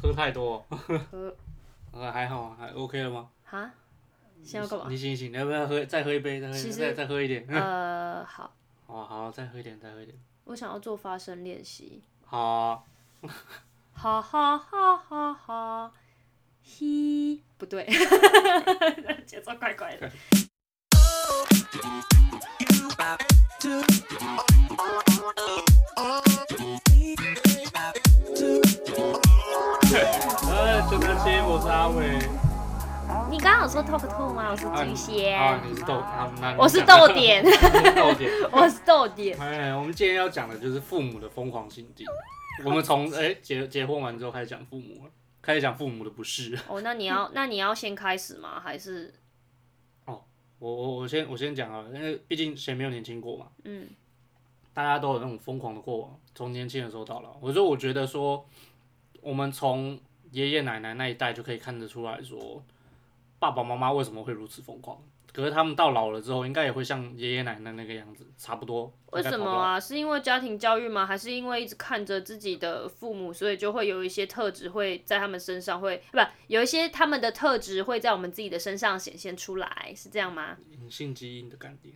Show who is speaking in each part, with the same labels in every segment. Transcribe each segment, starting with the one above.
Speaker 1: 喝太多，
Speaker 2: 喝
Speaker 1: 呃，还好，还 OK 了吗？
Speaker 2: 啊？现在要干嘛？
Speaker 1: 你醒一醒，你要不要喝？再喝一杯，再喝，
Speaker 2: 其
Speaker 1: 一
Speaker 2: 实
Speaker 1: 再再喝一点。
Speaker 2: 呃，好，
Speaker 1: 哦，好，再喝一点，再喝一点。
Speaker 2: 我想要做发声练习。
Speaker 1: 好啊，
Speaker 2: 哈哈哈哈哈，嘿，不对，节奏怪怪的。
Speaker 1: 呃，就这些，我是阿伟。
Speaker 2: 你刚刚有说 talk to 吗？我是巨蟹，
Speaker 1: 啊，你是豆，啊，那你
Speaker 2: 我是
Speaker 1: 讲
Speaker 2: 逗，点，
Speaker 1: 你是豆点。
Speaker 2: 我是逗点。
Speaker 1: 哎，我们今天要讲的就是父母的疯狂心地。我们 从哎、结结婚完之后开始讲父母了，开始讲父母的不是。
Speaker 2: 哦，那你要那你要先开始吗？还是
Speaker 1: 我我我先我先讲啊，因为毕竟谁没有年轻过嘛，
Speaker 2: 嗯
Speaker 1: 大家都有那种疯狂的过往，从年轻的时候到老。我说我觉得说，我们从爷爷奶奶那一代就可以看得出来说，爸爸妈妈为什么会如此疯狂。可是他们到老了之后，应该也会像爷爷奶奶那个样子，差不多。
Speaker 2: 为
Speaker 1: 应该
Speaker 2: 什
Speaker 1: 跑不
Speaker 2: 么
Speaker 1: 了？
Speaker 2: 啊？是因为家庭教育吗？还是因为一直看着自己的父母，所以就会有一些特质会在他们身上会不有一些他们的特质会在我们自己的身上显现出来，是这样吗？
Speaker 1: 隐性基因的干爹。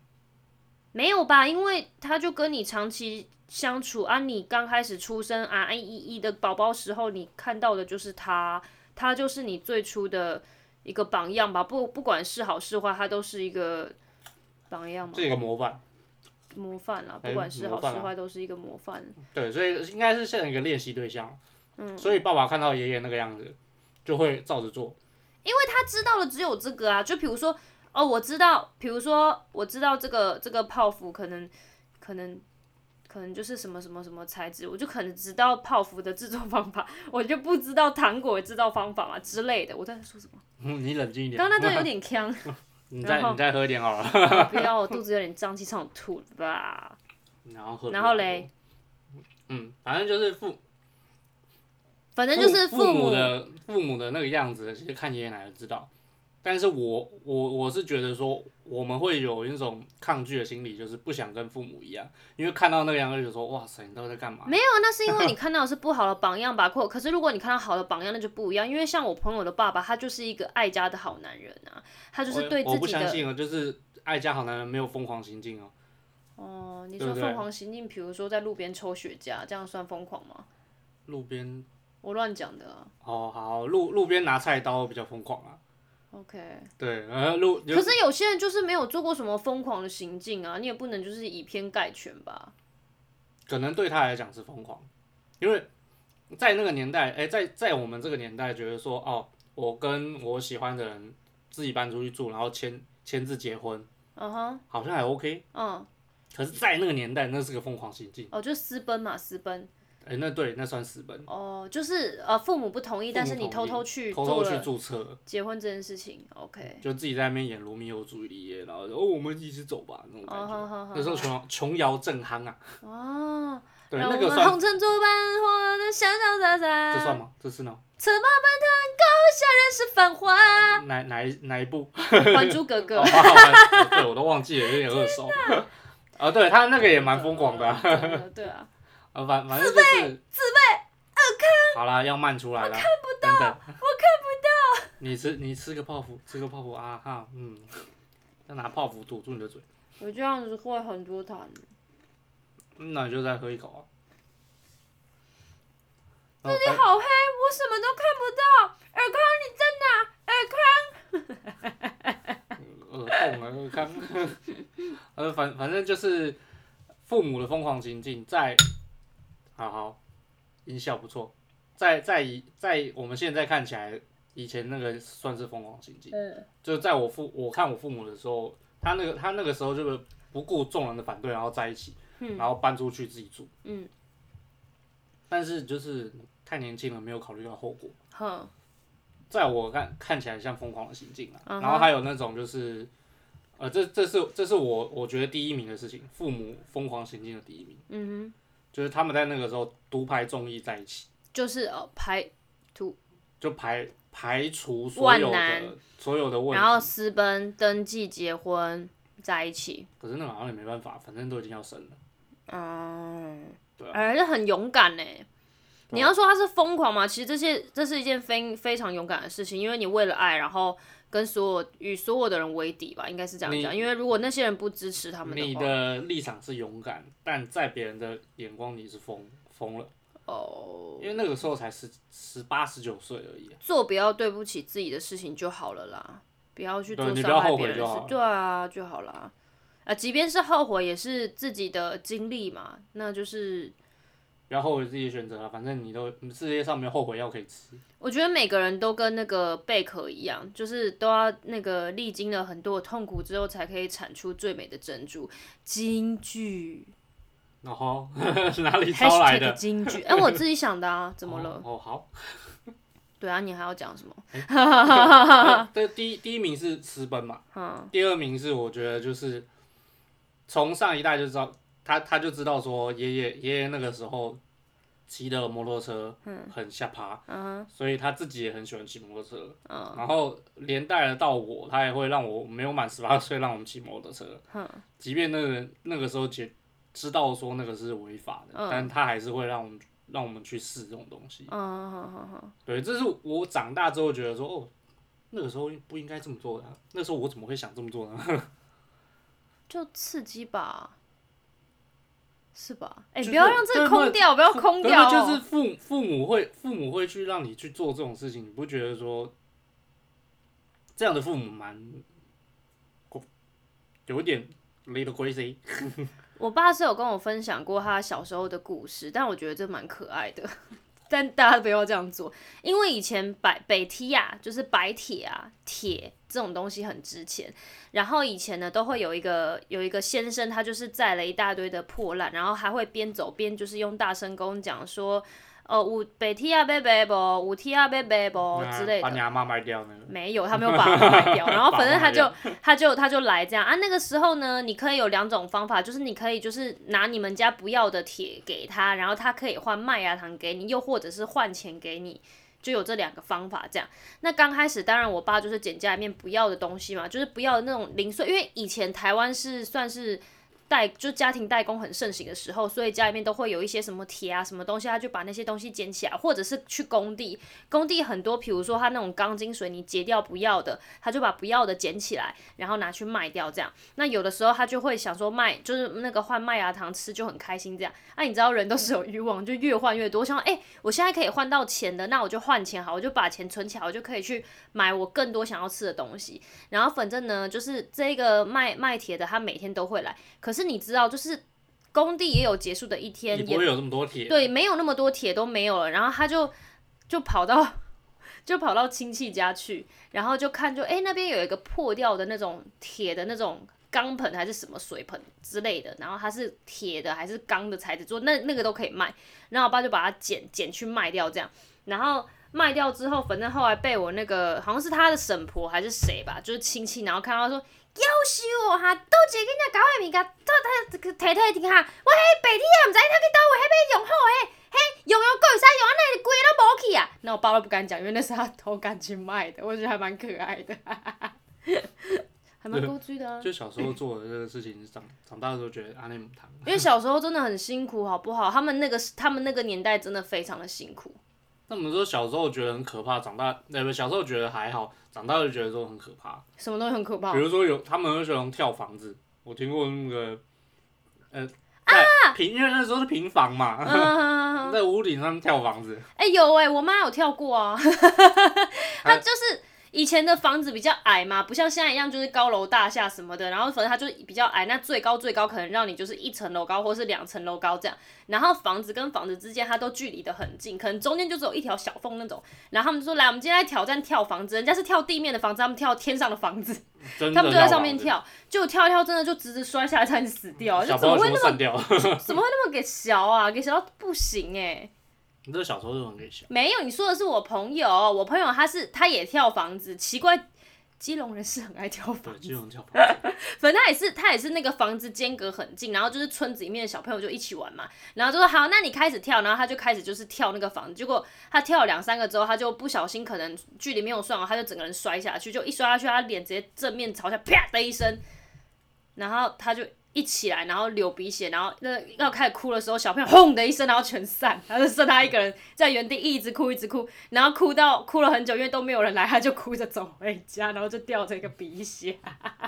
Speaker 2: 没有吧，因为他就跟你长期相处啊，你刚开始出生啊，安一一的宝宝时候，你看到的就是他，他就是你最初的一个榜样吧。不不管是好是坏，他都是一个榜样嘛，
Speaker 1: 这个模
Speaker 2: 啊
Speaker 1: 板，
Speaker 2: 模范啦。
Speaker 1: 哎
Speaker 2: 不管是好
Speaker 1: 模范啊
Speaker 2: 是坏，都是一个模范。
Speaker 1: 对，所以应该是像一个练习对象。嗯，所以爸爸看到爷爷那个样子，就会照着做。
Speaker 2: 他知道的只有这个啊，就比如说，哦，我知道，比如说我知道这个这个泡芙可能可能可能就是什么什么什么材质，我就可能知道泡芙的制作方法，我就不知道糖果的制造方法嘛之类的。我在说什么？
Speaker 1: 嗯，你冷静一点。
Speaker 2: 刚刚那段有点 呛，
Speaker 1: 你再
Speaker 2: 然后
Speaker 1: 你再喝一点好了，
Speaker 2: 不要，我肚子有点胀气，上想吐了吧。
Speaker 1: 然后喝。
Speaker 2: 然后嘞，
Speaker 1: 嗯，反正就是父
Speaker 2: 反正就是
Speaker 1: 父父
Speaker 2: 母
Speaker 1: 的父母的那个样子，其实看爷爷奶奶知道。但是我我我是觉得说，我们会有一种抗拒的心理，就是不想跟父母一样，因为看到那个样子就说，哇塞，你到底在干嘛？
Speaker 2: 没有，啊那是因 为你看到的是不好的榜样吧？可可是如果你看到好的榜样，那就不一样。因为像我朋友的爸爸，他就是一个爱家的好男人啊，他就是对
Speaker 1: 我我
Speaker 2: 自
Speaker 1: 不
Speaker 2: 己的
Speaker 1: 相信哦，就是爱家好男人没有疯狂行径哦。
Speaker 2: 哦，你
Speaker 1: 对
Speaker 2: 说
Speaker 1: 不
Speaker 2: 疯
Speaker 1: 对
Speaker 2: 狂行径，比如说在路边抽雪茄，这样算疯狂吗？
Speaker 1: 路边
Speaker 2: 我乱讲的、啊。
Speaker 1: 哦，好路路边拿菜刀比较疯狂啊。
Speaker 2: OK，
Speaker 1: 对，呃路
Speaker 2: 可是有些人就是没有做过什么疯狂的行径啊，你也不能就是以偏概全吧？
Speaker 1: 可能对他来讲是疯狂，因为在那个年代，哎、在在我们这个年代，觉得说，哦，我跟我喜欢的人自己搬出去住，然后签签字结婚，
Speaker 2: 嗯哼，
Speaker 1: 好像还 OK。
Speaker 2: 嗯，
Speaker 1: 可是，在那个年代，那是个疯狂行径。
Speaker 2: 哦，就私奔嘛，私奔。
Speaker 1: 哎、那对，那算私奔，
Speaker 2: 哦，就是呃，父母不同意，
Speaker 1: 父母
Speaker 2: 但是你
Speaker 1: 同
Speaker 2: 偷
Speaker 1: 意
Speaker 2: 偷去
Speaker 1: 偷
Speaker 2: 做
Speaker 1: 偷去
Speaker 2: 了
Speaker 1: 注册，
Speaker 2: 结婚这件事情。OK，
Speaker 1: 就自己在那边演罗密欧主义耶，然后哦，我们一起走吧，那种感
Speaker 2: 哦，
Speaker 1: 觉。
Speaker 2: 好好好
Speaker 1: 那时候
Speaker 2: 好
Speaker 1: 琼琼瑶正酣啊，
Speaker 2: 哦，
Speaker 1: 对，
Speaker 2: 让
Speaker 1: 那
Speaker 2: 我
Speaker 1: 个
Speaker 2: 们
Speaker 1: 算
Speaker 2: 红尘作伴，活得潇潇洒洒。
Speaker 1: 这算吗？这是呢？
Speaker 2: 策马奔腾，高下人世繁 华。
Speaker 1: 哪哪一哪一部？
Speaker 2: 还珠格格
Speaker 1: 哦，。好好好对，我都忘记了，有点耳熟。啊，对他那个也蛮疯狂的啊，
Speaker 2: 真的对啊，
Speaker 1: 啊反反正就是自备，好啦，要慢出来了，看不到，我看不到。 你吃你吃个泡芙，吃个泡芙啊哈，嗯，要拿泡芙堵住你的嘴，
Speaker 2: 我这样子会很多痰。
Speaker 1: 嗯那你就再喝一口啊。哦
Speaker 2: 这里好
Speaker 1: 哎
Speaker 2: 黑，我什么都看不到。尔康，你在哪？尔康，
Speaker 1: 耳痛啊，耳康。呃，反反正就是父母的疯狂行径在，好好，音效不错，在在以在我们现在看起来，以前那个算是疯狂行径，
Speaker 2: 嗯，
Speaker 1: 就是在我父我看我父母的时候，他那个他那个时候就是不顾众人的反对，然后在一起，然后搬出去自己住，
Speaker 2: 嗯，
Speaker 1: 但是就是太年轻了，没有考虑到后果。
Speaker 2: 哼，
Speaker 1: 在我看看起来像疯狂的行径啊。
Speaker 2: 嗯哼
Speaker 1: 然后还有那种就是，呃，这这是这是我我觉得第一名的事情，父母疯狂行径的第一名，
Speaker 2: 嗯
Speaker 1: 就是他们在那个时候独排众议在一起，
Speaker 2: 哼，就是哦排，
Speaker 1: 就排排除所有
Speaker 2: 万
Speaker 1: 的所有的问
Speaker 2: 然后
Speaker 1: 题。
Speaker 2: 私奔、登记、结婚，在一起。
Speaker 1: 可是那个好像也没办法，反正都已经要生了。
Speaker 2: 嗯，
Speaker 1: 对啊
Speaker 2: 哎，这很勇敢呢。你要说他是疯狂嘛，其实这些这是一件非非常勇敢的事情，因为你为了爱，然后跟所有与所有的人为敌吧，应该是这样讲。因为如果那些人不支持他们
Speaker 1: 你
Speaker 2: 话，
Speaker 1: 的立场是勇敢，但在别人的眼光你是疯疯了，
Speaker 2: 哦
Speaker 1: 因，为那个时候才十十八十九岁而已啊、
Speaker 2: 做不要对不起自己的事情就好了啦，不要去做
Speaker 1: 对你不要
Speaker 2: 伤害
Speaker 1: 后
Speaker 2: 别
Speaker 1: 悔
Speaker 2: 人
Speaker 1: 就
Speaker 2: 的
Speaker 1: 好
Speaker 2: 事
Speaker 1: 了，
Speaker 2: 对啊，就好啦。啊，即便是后悔，也是自己的经历嘛，那就是
Speaker 1: 不要后悔自己的选择了，啊反正你都世界上没有后悔药可以吃。
Speaker 2: 我觉得每个人都跟那个贝壳一样，就是都要那个历经了很多的痛苦之后，才可以产出最美的珍珠。京剧
Speaker 1: 然 后哦哪里抄来
Speaker 2: ，#hashtag
Speaker 1: 的？
Speaker 2: 京剧，哎、我自己想 的啊，怎么
Speaker 1: 哦？
Speaker 2: 了？
Speaker 1: 哦，好，
Speaker 2: 对啊，你还要讲什么？啊
Speaker 1: 这第一第一名是私奔嘛，
Speaker 2: 嗯
Speaker 1: 第二名是我觉得就是从上一代就知道他他就知道说爷爷爷爷那个时候骑的摩托车
Speaker 2: 嗯
Speaker 1: 很下趴，所以他自己也很喜欢骑摩托车，
Speaker 2: 嗯
Speaker 1: 然后连带了到我，他也会让我没有满十八岁让我们骑摩托车，
Speaker 2: 嗯
Speaker 1: 即便那个那个时候觉知道说那个是违法的，但他还是会让我们让我们去试这种东西。
Speaker 2: 嗯，好好好，
Speaker 1: 对，这是我长大之后觉得说，哦，那个时候不应该这么做的啊、那时候我怎么会想这么做呢？
Speaker 2: 就刺激吧，是吧？哎、
Speaker 1: 就是
Speaker 2: 不要让这个
Speaker 1: 对不
Speaker 2: 空掉，不 要空
Speaker 1: 可
Speaker 2: 掉、
Speaker 1: 是
Speaker 2: 哦。
Speaker 1: 就是父父母会父母会去让你去做这种事情，你不觉得说这样的父母蛮有点 little crazy？
Speaker 2: 我爸是有跟我分享过他小时候的故事，但我觉得这蛮可爱的。 但大家不要这样做，因为以前白北梯啊，就是白铁啊、铁这种东西很值钱。然后以前呢，都会有一个有一个先生，他就是载了一大堆的破烂，然后还会边走边就是用大声跟我们讲说，哦，五北梯啊贝贝不，五梯啊贝贝不
Speaker 1: 那
Speaker 2: 之类
Speaker 1: 把
Speaker 2: 的
Speaker 1: 你。阿妈卖掉那个，
Speaker 2: 没有，他没有把它卖 掉。然后反正他
Speaker 1: 把
Speaker 2: 就他就他就来这样啊。那个时候呢，你可以有两种方法，就是你可以就是拿你们家不要的铁给他，然后他可以换麦芽糖给你，又或者是换钱给你。就有这两个方法，这样。那刚开始，当然我爸就是捡家里面不要的东西嘛，就是不要那种零碎，因为以前台湾是算是代，就家庭代工很盛行的时候，所以家里面都会有一些什么铁啊、什么东西，他就把那些东西捡起来，或者是去工地，工地很多，比如说他那种钢筋水泥截掉不要的，他就把不要的捡起来，然后拿去卖掉这样。那有的时候他就会想说卖，就是那个换麦芽糖吃就很开心这样。那、你知道人都是有欲望，就越换越多。我想说，哎、我现在可以换到钱的，那我就换钱好，我就把钱存起来，我就可以去买我更多想要吃的东西。然后反正呢，就是这个卖卖铁的，他每天都会来。可是你知道，就是工地也有结束的一天，
Speaker 1: 你
Speaker 2: 也
Speaker 1: 不会有这么多铁。
Speaker 2: 对，没有那么多铁都没有了，然后他就就跑到就跑到亲戚家去，然后就看就哎、诶那边有一个破掉的那种铁的那种钢盆还是什么水盆之类的，然后它是铁的还是钢的材质做，那那个都可以卖，然后我爸就把它捡捡去卖掉这样，然后。卖掉之后，反正后来被我那个好像是他的婶婆还是谁吧，就是亲戚，然后看到说优秀哈，豆姐跟人家搞外面个，他他这个提提听下，我迄白天也毋知道他去倒位，迄要用好诶，迄用用过会使用，安尼规个都无去啊。那我爸都不敢讲，因为那是他偷赶去卖的，我觉得还蛮可爱的，还蛮高追的啊。
Speaker 1: 就小时候做的这个事情，长长大的时候觉得阿内姆糖。
Speaker 2: 因为小时候真的很辛苦，好不好？他们那个他们那个年代真的非常的辛苦。
Speaker 1: 那我们说小时候觉得很可怕，长大那不小时候觉得还好，长大就觉得说很可怕。
Speaker 2: 什么东西很可怕
Speaker 1: 比？如说有他们会喜欢跳房子，我听过那个，呃，在平因为那时候是平房嘛，
Speaker 2: 嗯，
Speaker 1: 在屋顶上跳房子，
Speaker 2: 哎、有哎、我妈有跳过啊。 她就是以前的房子比较矮嘛，不像现在一样就是高楼大厦什么的，然后反正它就比较矮，那最高最高可能让你就是一层楼高或是两层楼高这样，然后房子跟房子之间它都距离的很近，可能中间就只有一条小缝那种。然后他们就说来，我们今天来挑战跳房子，人家是跳地面的房子，他们跳天上的房子，
Speaker 1: 真的
Speaker 2: 他们就在上面
Speaker 1: 跳
Speaker 2: 跳，就跳一跳真的就直直摔下来差点死掉，
Speaker 1: 房子，小
Speaker 2: 就怎
Speaker 1: 朋
Speaker 2: 么
Speaker 1: 友全部
Speaker 2: 会
Speaker 1: 散掉。
Speaker 2: 怎么会那么给小啊，给小到不行哎、
Speaker 1: 你这小时候就很给小，
Speaker 2: 没有，你说的是我朋友，我朋友他是他也跳房子，奇怪，基隆人是很爱跳 房
Speaker 1: 对，
Speaker 2: 子，
Speaker 1: 这种跳房子，
Speaker 2: 反正他也是他也是那个房子间隔很近，然后就是村子里面的小朋友就一起玩嘛，然后就说好，那你开始跳，然后他就开始就是跳那个房子，结果他跳了两三个之后，他就不小心可能距离没有算好，他就整个人摔下去，就一摔下去，他脸直接正面朝下，啪的一声，然后他就。一起来，然后流鼻血，然后那要开始哭的时候，小朋友轰的一声，然后全散，然后就剩他一个人在原地一直哭，一直哭，然后哭到哭了很久，因为都没有人来，他就哭着走回家，然后就掉着一个鼻血。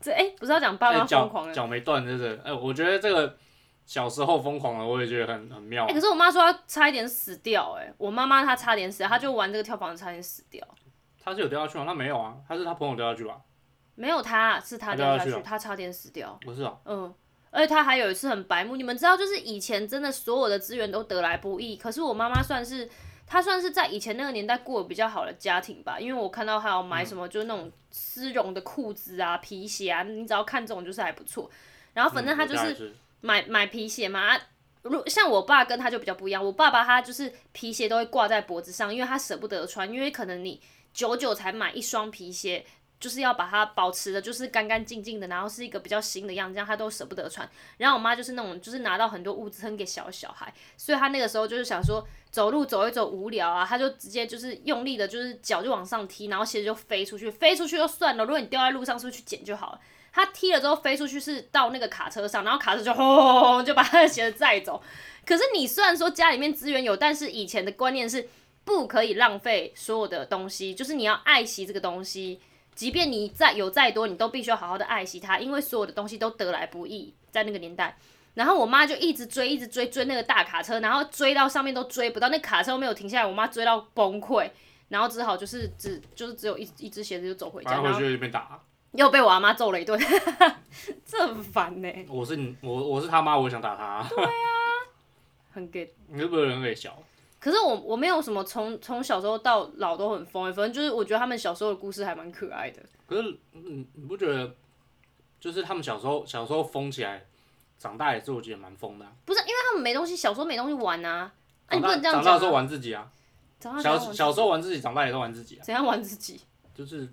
Speaker 2: 这哎、不是要讲爸妈
Speaker 1: 哎
Speaker 2: 疯狂
Speaker 1: 脚
Speaker 2: 的
Speaker 1: 脚没断，就是哎、我觉得这个小时候疯狂的，我也觉得很很妙
Speaker 2: 哎、。可是我妈说她差一点死掉、哎，我妈妈她差点死，她就玩这个跳房子差点死掉，
Speaker 1: 他是有掉下去吗？他没有啊，他是他朋友掉下去吧？
Speaker 2: 没有她是她
Speaker 1: 她
Speaker 2: 掉
Speaker 1: 掉
Speaker 2: 下
Speaker 1: 下去
Speaker 2: 去，
Speaker 1: 了
Speaker 2: 她差点死掉，
Speaker 1: 不是啊，
Speaker 2: 嗯。而且她还有一次很白目，你们知道，就是以前真的所有的资源都得来不易。可是我妈妈算是，她算是在以前那个年代过得比较好的家庭吧，因为我看到她有
Speaker 1: 嗯
Speaker 2: 买什么，就是那种丝绒的裤子啊、皮鞋啊，你只要看这种就是还不错。然啊后反正
Speaker 1: 嗯
Speaker 2: 她
Speaker 1: 我
Speaker 2: 就
Speaker 1: 大
Speaker 2: 是
Speaker 1: 概是
Speaker 2: 买买皮鞋嘛。啊如像我爸跟他就比较不一样，我爸爸他就是皮鞋都会挂在脖子上，因为他舍不得穿，因为可能你久久才买一双皮鞋，就是要把它保持的，就是干干净净的，然后是一个比较新的样子，这样他都舍不得穿。然后我妈就是那种，就是拿到很多物资分给小小孩，所以她那个时候就是想说，走路走一走无聊啊，她就直接就是用力的，就是脚就往上踢，然后鞋子就飞出去，飞出去就算了，如果你掉在路上，是不是去捡就好了？他踢了之后飞出去是到那个卡车上，然后卡车就轰轰轰就把他的鞋子载走。可是你虽然说家里面资源有，但是以前的观念是不可以浪费所有的东西，就是你要爱惜这个东西，即便你再有再多，你都必须要好好的爱惜它，因为所有的东西都得来不易，在那个年代。然后我妈就一直追，一直追，追那个大卡车，然后追到上面都追不到，那卡车都没有停下来，我妈追到崩溃，然后只好就是只就是只有一一只鞋子就走回家，
Speaker 1: 反
Speaker 2: 然
Speaker 1: 正
Speaker 2: 后
Speaker 1: 回去就被打。
Speaker 2: 又被我阿妈揍了一顿， 这很烦欸呢、
Speaker 1: 我是你，我我是他妈，我想打他。
Speaker 2: 很 get。
Speaker 1: 你是不是人给小？
Speaker 2: 可是我我没有什么从从小时候到老都很疯、欸，反正就是我觉得他们小时候的故事还蛮可爱的。
Speaker 1: 可是你你不觉得，就是他们小时候小时候疯起来，长大也是我觉得蛮疯的啊、
Speaker 2: 不是因为他们没东西，小时候没东西玩啊，啊
Speaker 1: 长
Speaker 2: 你不
Speaker 1: 大
Speaker 2: 能这样
Speaker 1: 长
Speaker 2: 讲、
Speaker 1: 大的时候
Speaker 2: 啊。
Speaker 1: 玩自己啊，
Speaker 2: 长大
Speaker 1: 小
Speaker 2: 怎样玩
Speaker 1: 小时候玩自己，长大也都玩自己啊，
Speaker 2: 怎样玩自己
Speaker 1: 就是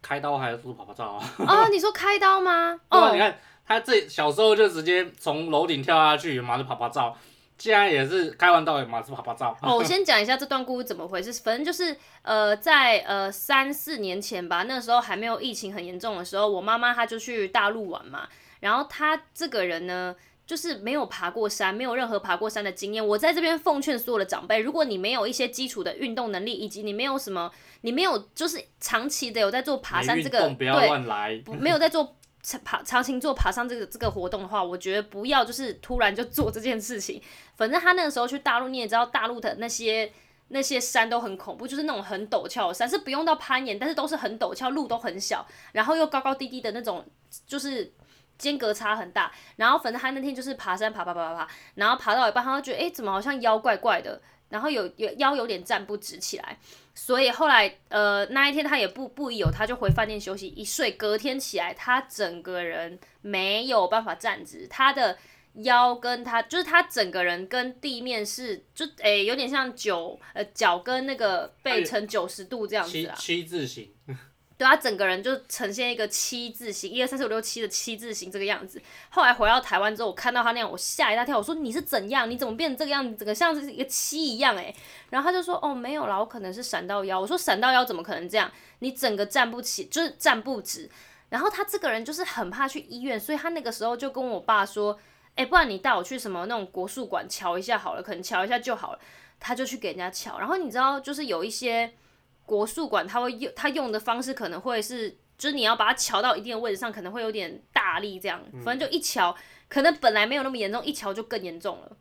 Speaker 1: 开刀还要做跑跑照啊。
Speaker 2: 啊？你说开 刀吗？
Speaker 1: 哦，
Speaker 2: 哦
Speaker 1: 你，看他这小时候就直接从楼顶跳下去，马上跑跑照。竟然也是开完刀也马上跑跑照，
Speaker 2: 哦，我先讲一下这段故事怎么回事。反正就是呃，在呃三四年前吧，那时候还没有疫情很严重的时候，我妈妈她就去大陆玩嘛。然后她这个人呢，就是没有爬过山，没有任何爬过山的经验。我在这边奉劝所有的长辈，如果你没有一些基础的运动能力，以及你没有什么，你没有就是长期的有在做爬山
Speaker 1: 没
Speaker 2: 啊这
Speaker 1: 运
Speaker 2: 个
Speaker 1: 动不要
Speaker 2: 对
Speaker 1: 乱来，
Speaker 2: 不没有在做长爬长期做爬山这个这个活动的话，我觉得不要就是突然就做这件事情。 反正他那个时候去大陆，你也知道大陆的那些那些山都很恐怖，就是那种很陡峭的山，是不用到攀岩，但是都是很陡峭，路都很小，然后又高高低低的那种，就是。间隔差很大，然后反正他那天就是爬山爬爬爬爬爬，然后爬到一半，他就觉得诶怎么好像腰怪怪的，然后有有腰有点站不直起来，所以后来呃那一天他也不不疑有他，就回饭店休息，一睡隔天起来，他整个人没有办法站直，他的腰跟他就是他整个人跟地面是就诶、有点像九呃脚跟那个背呈九十度这样子
Speaker 1: 七
Speaker 2: 啊，
Speaker 1: 七字形，
Speaker 2: 对他整个人就呈现一个七字形，一二三四五六七的七字形这个样子。后来回到台湾之后，我看到他那样，我吓一大跳，我说你是怎样？你怎么变成这个样子？整个像是一个七一样诶、然后他就说哦没有啦，我可能是闪到腰。我说闪到腰怎么可能这样？你整个站不起，就是站不直。然后他这个人就是很怕去医院，所以他那个时候就跟我爸说，哎、不然你带我去什么那种国术馆瞧一下好了，可能瞧一下就好了。他就去给人家瞧，然后你知道就是有一些。国术馆它会用它用的方式可能会是，就是你要把它瞧到一定的位置上，可能会有点大力这样，反正就一瞧，可能本来没有那么严重，一瞧就更严重了。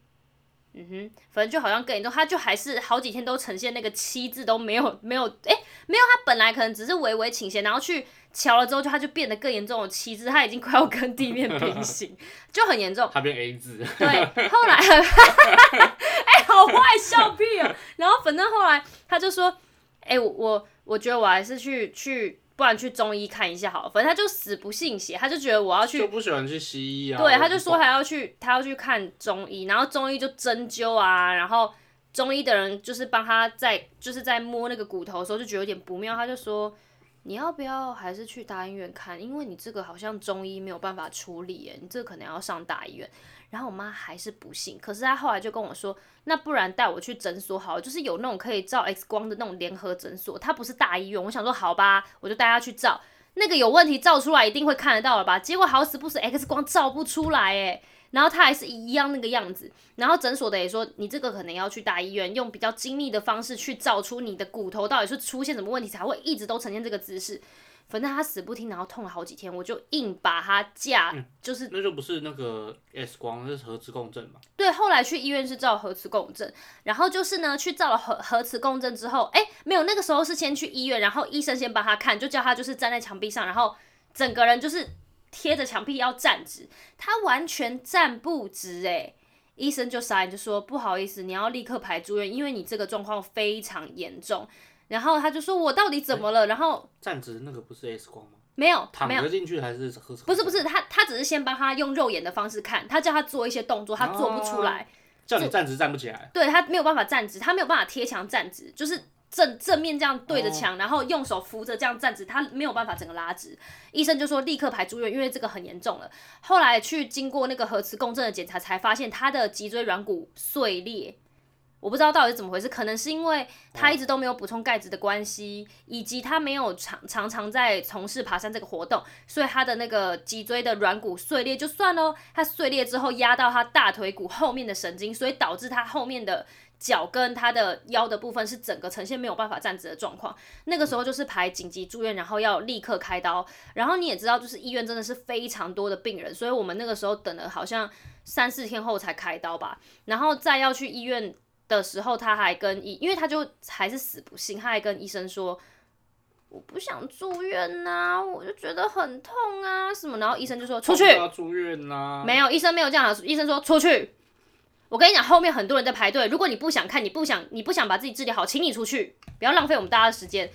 Speaker 2: 嗯哼，反正就好像更严重，它就还是好几天都呈现那个七字都没有没有，诶，没有，它本来可能只是微微倾斜，然后去瞧了之后就它就变得更严重了，七字它已经快要跟地面平行， 就很严重。
Speaker 1: 它变 A 字，
Speaker 2: 对，后来， 哎、好坏笑屁哦。然后反正后来他就说，哎、我我我觉得我还是去去，不然去中医看一下好了。反正他就死不信邪，他就觉得我要去
Speaker 1: 就不喜欢去西医啊。
Speaker 2: 对，
Speaker 1: 我
Speaker 2: 他
Speaker 1: 不
Speaker 2: 就说
Speaker 1: 懂
Speaker 2: 还要去，他要去看中医，然后中医就针灸啊，然后中医的人就是帮他在就是在摸那个骨头的时候就觉得有点不妙，他就说你要不要还是去大医院看，因为你这个好像中医没有办法处理耶，你这个可能要上大医院。然后我妈还是不信，可是她后来就跟我说，那不然带我去诊所好了，就是有那种可以照 X 光的那种联合诊所，它不是大医院。我想说好吧，我就带她去照。那个有问题照出来一定会看得到了吧？结果好死不死 X 光照不出来哎，然后他还是一样那个样子，然后诊所的也说你这个可能要去大医院用比较精密的方式去照出你的骨头到底是出现什么问题才会一直都呈现这个姿势。反正他死不听，然后痛了好几天，我就硬把他架，就是
Speaker 1: 那就不是那个 X 光，那是核磁共振嘛？
Speaker 2: 对，后来去医院是照核磁共振，然后就是呢，去照了核核磁共振之后，哎，没有，那个时候是先去医院，然后医生先帮他看，就叫他就是站在墙壁上，然后整个人就是贴着墙壁要站直，他完全站不直、哎，医生就傻眼，就说不好意思，你要立刻排住院，因为你这个状况非常严重。然后他就说我到底怎么了？然后
Speaker 1: 站直那个不是 X 光吗？
Speaker 2: 没有，
Speaker 1: 躺
Speaker 2: 没有。
Speaker 1: 着进去还是核磁？
Speaker 2: 不是不，是，他他只是先帮他用肉眼的方式看，他叫他做一些动作，他做不
Speaker 1: 哦
Speaker 2: 出来，
Speaker 1: 叫你站直站不起来。
Speaker 2: 对他没有办法站直，他没有办法贴墙站直，就是正正面这样对着墙，然后用手扶着这样站直，他没有办法整个拉直。医生就说立刻排住院，因为这个很严重了。后来去经过那个核磁共振的检查，才发现他的脊椎软骨碎裂。我不知道到底是怎么回事，可能是因为他一直都没有补充钙质的关系，以及他没有常常常在从事爬山这个活动，所以他的那个脊椎的软骨碎裂就算喽，它碎裂之后压到他大腿骨后面的神经，所以导致他后面的脚跟他的腰的部分是整个呈现没有办法站直的状况。那个时候就是排紧急住院，然后要立刻开刀。然后你也知道，就是医院真的是非常多的病人，所以我们那个时候等了好像三四天后才开刀吧，然后再要去医院。的时候，他还跟医，因为他就还是死不信，他还跟医生说，我不想住院呐、我就觉得很痛啊什么，然后医生就说出去，
Speaker 1: 要住院啊呐、
Speaker 2: 没有，医生没有这样讲，医生说出去。我跟你讲，后面很多人在排队，如果你不想看，你不想，你不想把自己治疗好，请你出去，不要浪费我们大家的时间。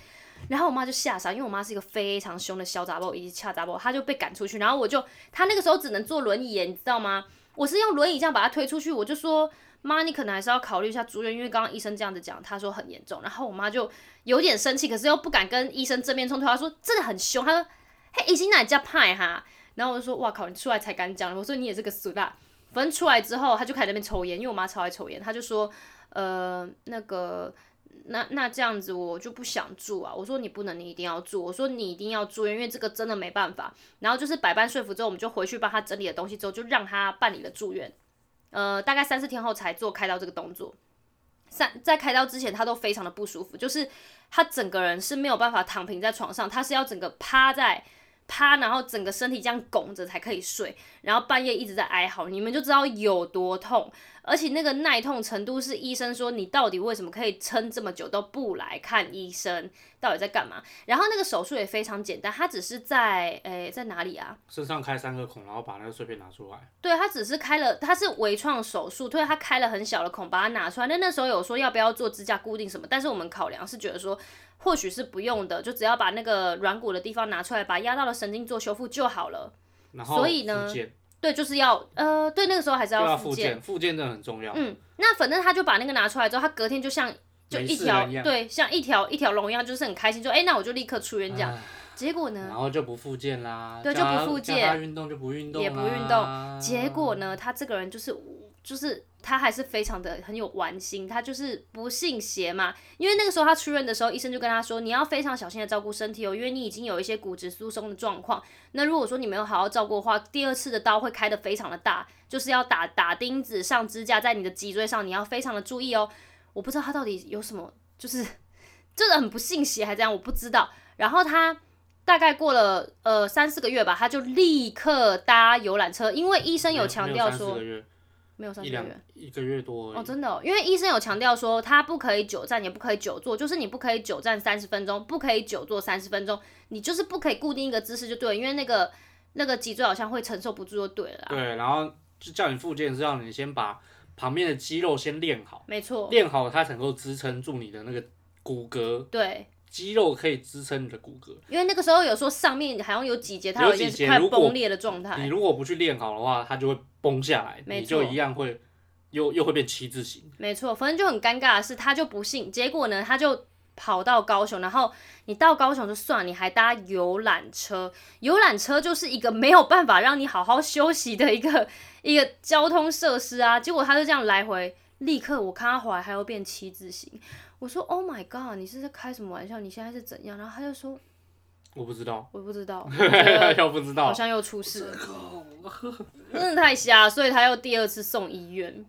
Speaker 2: 然后我妈就吓傻，因为我妈是一个非常凶的小杂包以及恰杂包，她就被赶出去。然后我就，她那个时候只能坐轮椅耶，你知道吗？我是用轮椅这样把她推出去，我就说妈，你可能还是要考虑一下住院，因为刚刚医生这样子讲，她说很严重。然后我妈就有点生气，可是又不敢跟医生正面冲突，她说真的很凶，她说嘿，医生哪家派哈？然后我就说哇靠，你出来才敢讲，我说你也是个死啦。反正出来之后，她就开始在那边抽烟，因为我妈超爱抽烟，她就说呃那个。那那这样子我就不想住啊！我说你不能，你一定要住。我说你一定要住，因为这个真的没办法。然后就是百般说服之后，我们就回去帮他整理了东西之后，就让他办理了住院。呃，大概三四天后才做开刀这个动作。三在开刀之前，他都非常的不舒服，就是他整个人是没有办法躺平在床上，他是要整个趴在趴，然后整个身体这样拱着才可以睡，然后半夜一直在哀嚎，你们就知道有多痛。而且那个耐痛程度是医生说你到底为什么可以撑这么久都不来看医生，到底在干嘛？然后那个手术也非常简单，他只是在诶、在哪里啊？
Speaker 1: 身上开三个孔，然后把那个碎片拿出来。
Speaker 2: 对他只是开了，他是微创手术，对他开了很小的孔把它拿出来。那那时候有说要不要做支架固定什么，但是我们考量是觉得说或许是不用的，就只要把那个软骨的地方拿出来，把压到的神经做修复就好了。
Speaker 1: 然后
Speaker 2: 所以呢
Speaker 1: 复健
Speaker 2: 对，就是要呃，对那个时候还是
Speaker 1: 又要
Speaker 2: 复
Speaker 1: 复
Speaker 2: 健。
Speaker 1: 健，复健真的很重要。
Speaker 2: 嗯，那反正他就把那个拿出来之后，他隔天就像就
Speaker 1: 没
Speaker 2: 一
Speaker 1: 事
Speaker 2: 条
Speaker 1: 人一样
Speaker 2: 对，像一条一条龙一样，就是很开心，就哎、那我就立刻出院这样。结果呢
Speaker 1: 然，后就不复健啦，
Speaker 2: 对
Speaker 1: 叫他
Speaker 2: 就不复健
Speaker 1: 叫他运动就不运动，
Speaker 2: 也不运
Speaker 1: 啊
Speaker 2: 动。结果呢，他这个人就是就是他还是非常的很有玩心，他就是不信邪嘛。因为那个时候他出院的时候，医生就跟他说，你要非常小心的照顾身体哦，因为你已经有一些骨质疏松的状况。那如果说你没有好好照顾的话，第二次的刀会开得非常的大，就是要打打钉子、上支架在你的脊椎上，你要非常的注意哦。我不知道他到底有什么，就是 真的很不信邪，还这样，我不知道。然后他大概过了呃三四个月吧，他就立刻搭游览车，因为医生
Speaker 1: 没
Speaker 2: 有强调
Speaker 1: 嗯没有
Speaker 2: 说
Speaker 1: 三四个月
Speaker 2: 没有三
Speaker 1: 一
Speaker 2: 四个
Speaker 1: 两
Speaker 2: 月。
Speaker 1: 一个月多而
Speaker 2: 哦，
Speaker 1: 已，
Speaker 2: 真的、哦，因为医生有强调说，他不可以久站，也不可以久坐，就是你不可以久站三十分钟，不可以久坐三十分钟，你就是不可以固定一个姿势就对了，因为那个那个脊椎好像会承受不住就对了啦。
Speaker 1: 对，然后就叫你复健是让你先把旁边的肌肉先练好，
Speaker 2: 没错，
Speaker 1: 练好它才能够支撑住你的那个骨骼，
Speaker 2: 对，
Speaker 1: 肌肉可以支撑你的骨骼。
Speaker 2: 因为那个时候有说上面好像有几节，它
Speaker 1: 有几
Speaker 2: 一点是
Speaker 1: 节
Speaker 2: 快
Speaker 1: 如果
Speaker 2: 崩裂的状
Speaker 1: 你
Speaker 2: 态。
Speaker 1: 如果不去练好的话，它就会崩下来，
Speaker 2: 没
Speaker 1: 你
Speaker 2: 错
Speaker 1: 就一样会又又会变七字形。
Speaker 2: 没错，反正就很尴尬的是，他就不信，结果呢，他就跑到高雄，然后你到高雄就算了，你还搭游览车，游览车就是一个没有办法让你好好休息的一个一个交通设施啊。结果他就这样来回，立刻我看他回来还要变七字形，我说 Oh my god，你是在开什么玩笑？你现在是怎样？然后他就说
Speaker 1: 我不知道，
Speaker 2: 我不知道，我觉得
Speaker 1: 要不 知道
Speaker 2: 好，像又出事了，真的太瞎，所以他又第二次送医院。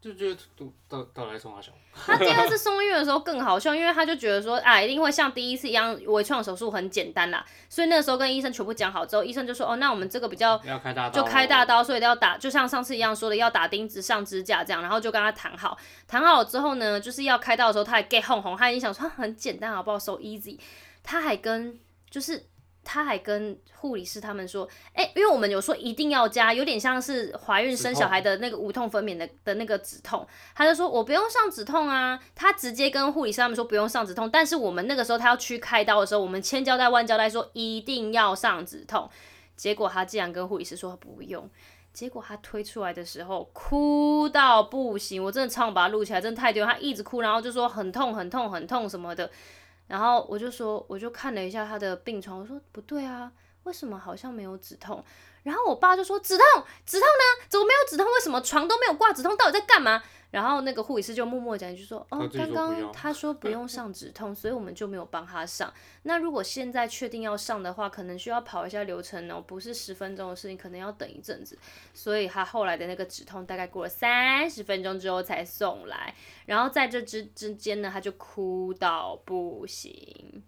Speaker 1: 就觉得都到到来冲他小，
Speaker 2: 他第二次送医院的时候更好笑，因为他就觉得说啊，一定会像第一次一样，微创手术很简单啦，所以那个时候跟医生全部讲好之后，医生就说哦，那我们这个比较
Speaker 1: 要哦开大刀，
Speaker 2: 就开大，刀，所以要打，就像上次一样说的，要打钉子上指甲这样，然后就跟他谈好，谈好了之后呢，就是要开刀的时候，他还 get 哄哄，他已经想说啊很简单好不好，so easy，他还跟就是他还跟护理师他们说，哎、因为我们有说一定要加，有点像是怀孕
Speaker 1: 止
Speaker 2: 生
Speaker 1: 痛
Speaker 2: 小孩的那个无痛分娩的的那个止痛，他就说我不用上止痛啊，他直接跟护理师他们说不用上止痛，但是我们那个时候他要去开刀的时候，我们千交代万交代说一定要上止痛，结果他竟然跟护理师说不用。结果他推出来的时候哭到不行，我真的超想把他录起来，真的太丢人。他一直哭，然后就说很痛、很痛、很痛什么的。然后我就说，我就看了一下他的病床，我说不对啊，为什么好像没有止痛？然后我爸就说止痛，止痛呢？怎么没有止痛？为什么床都没有挂止痛？到底在干嘛？然后那个护理师就默默地讲一句说，
Speaker 1: 他
Speaker 2: 哦
Speaker 1: 自，己说
Speaker 2: 刚
Speaker 1: 不
Speaker 2: 刚
Speaker 1: 要
Speaker 2: 他说不用上止痛，所以我们就没有帮他上。那如果现在确定要上的话，可能需要跑一下流程哦，不是十分钟的事情，可能要等一阵子。所以他后来的那个止痛大概过了三十分钟之后才送来，然后在这之之间呢，他就哭到不行。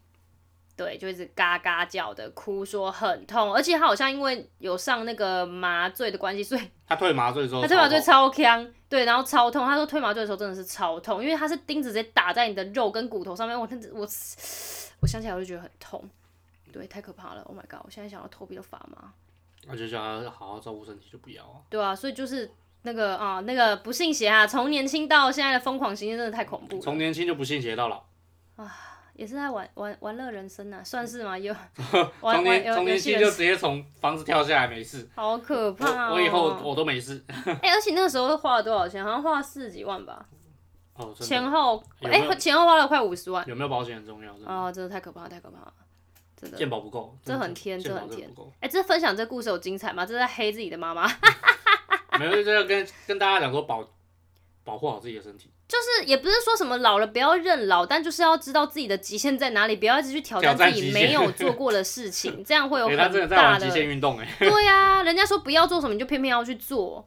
Speaker 2: 对，就一直嘎嘎叫的哭，说很痛，而且他好像因为有上那个麻醉的关系，所以
Speaker 1: 他退麻醉之后，
Speaker 2: 他推麻醉
Speaker 1: 哦超
Speaker 2: 超强，对，然后超痛。他说推麻醉的时候真的是超痛，因为他是钉子直接打在你的肉跟骨头上面，我真的我我想起来我就觉得很痛，对，太可怕了，Oh my god！我现在想要头皮都发麻。
Speaker 1: 痛，我就叫他好好照顾身体，就不要啊，
Speaker 2: 对啊，所以就是那个啊、那个不信邪啊，从年轻到现在的疯狂行径真的太恐怖了，
Speaker 1: 从年轻就不信邪到老，
Speaker 2: 也是在玩玩玩乐人生啊，算是吗？有玩
Speaker 1: 从
Speaker 2: 玩
Speaker 1: 年
Speaker 2: 游
Speaker 1: 从
Speaker 2: 游
Speaker 1: 年
Speaker 2: 戏
Speaker 1: 轻
Speaker 2: 人
Speaker 1: 就
Speaker 2: 生，
Speaker 1: 直接从房子跳下来没事，
Speaker 2: 好可
Speaker 1: 我
Speaker 2: 怕、哦
Speaker 1: 我以后我都没事，
Speaker 2: 哎、而且那个时候花了多少钱？好像花了四十几万吧，
Speaker 1: 哦，真的
Speaker 2: 前后
Speaker 1: 有
Speaker 2: 哎、
Speaker 1: 没有
Speaker 2: 前后花了快五十万
Speaker 1: 有没有保险很重要，真的
Speaker 2: 啊、真的太可怕，太可怕了，真的。
Speaker 1: 健保不够，
Speaker 2: 这很天
Speaker 1: 健保
Speaker 2: 这很
Speaker 1: 真的
Speaker 2: 天
Speaker 1: 不够，
Speaker 2: 哎、这分享这故事有精彩吗？这是在黑自己的妈 妈，
Speaker 1: 没有这要跟跟大家讲说保保护好自己的身体，
Speaker 2: 就是也不是说什么老了不要认老，但就是要知道自己的极限在哪里，不要一直去挑战
Speaker 1: 挑战
Speaker 2: 自己
Speaker 1: 极限
Speaker 2: 没 有做过的事情，这样会有
Speaker 1: 诶
Speaker 2: 很
Speaker 1: 他真的在
Speaker 2: 大
Speaker 1: 玩
Speaker 2: 的
Speaker 1: 极限运动哎。
Speaker 2: 对呀、人家说不要做什么，你就偏偏要去做。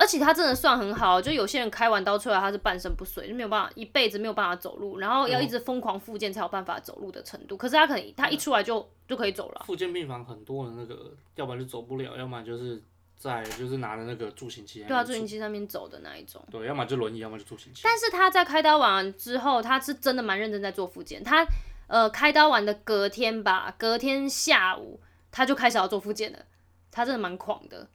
Speaker 2: 而且他真的算很好，就有些人开完刀出来，他是半身不遂，就没有办法一辈子没有办法走路，然后要一直疯狂复健才有办法走路的程度。可是他可能他一出来就就可以走了，
Speaker 1: 附件病房很多人那个，要不然就走不了，要么就是在就是拿着那个助行器在
Speaker 2: 对
Speaker 1: 那
Speaker 2: 啊，
Speaker 1: 边
Speaker 2: 助行器上面走的那一种。
Speaker 1: 住，对，要么就轮椅，要么就助行器。
Speaker 2: 但是他在开刀完之后，他是真的蛮认真在做复健。他呃开刀完的隔天吧，隔天下午他就开始要做复健了。他真的蛮狂的，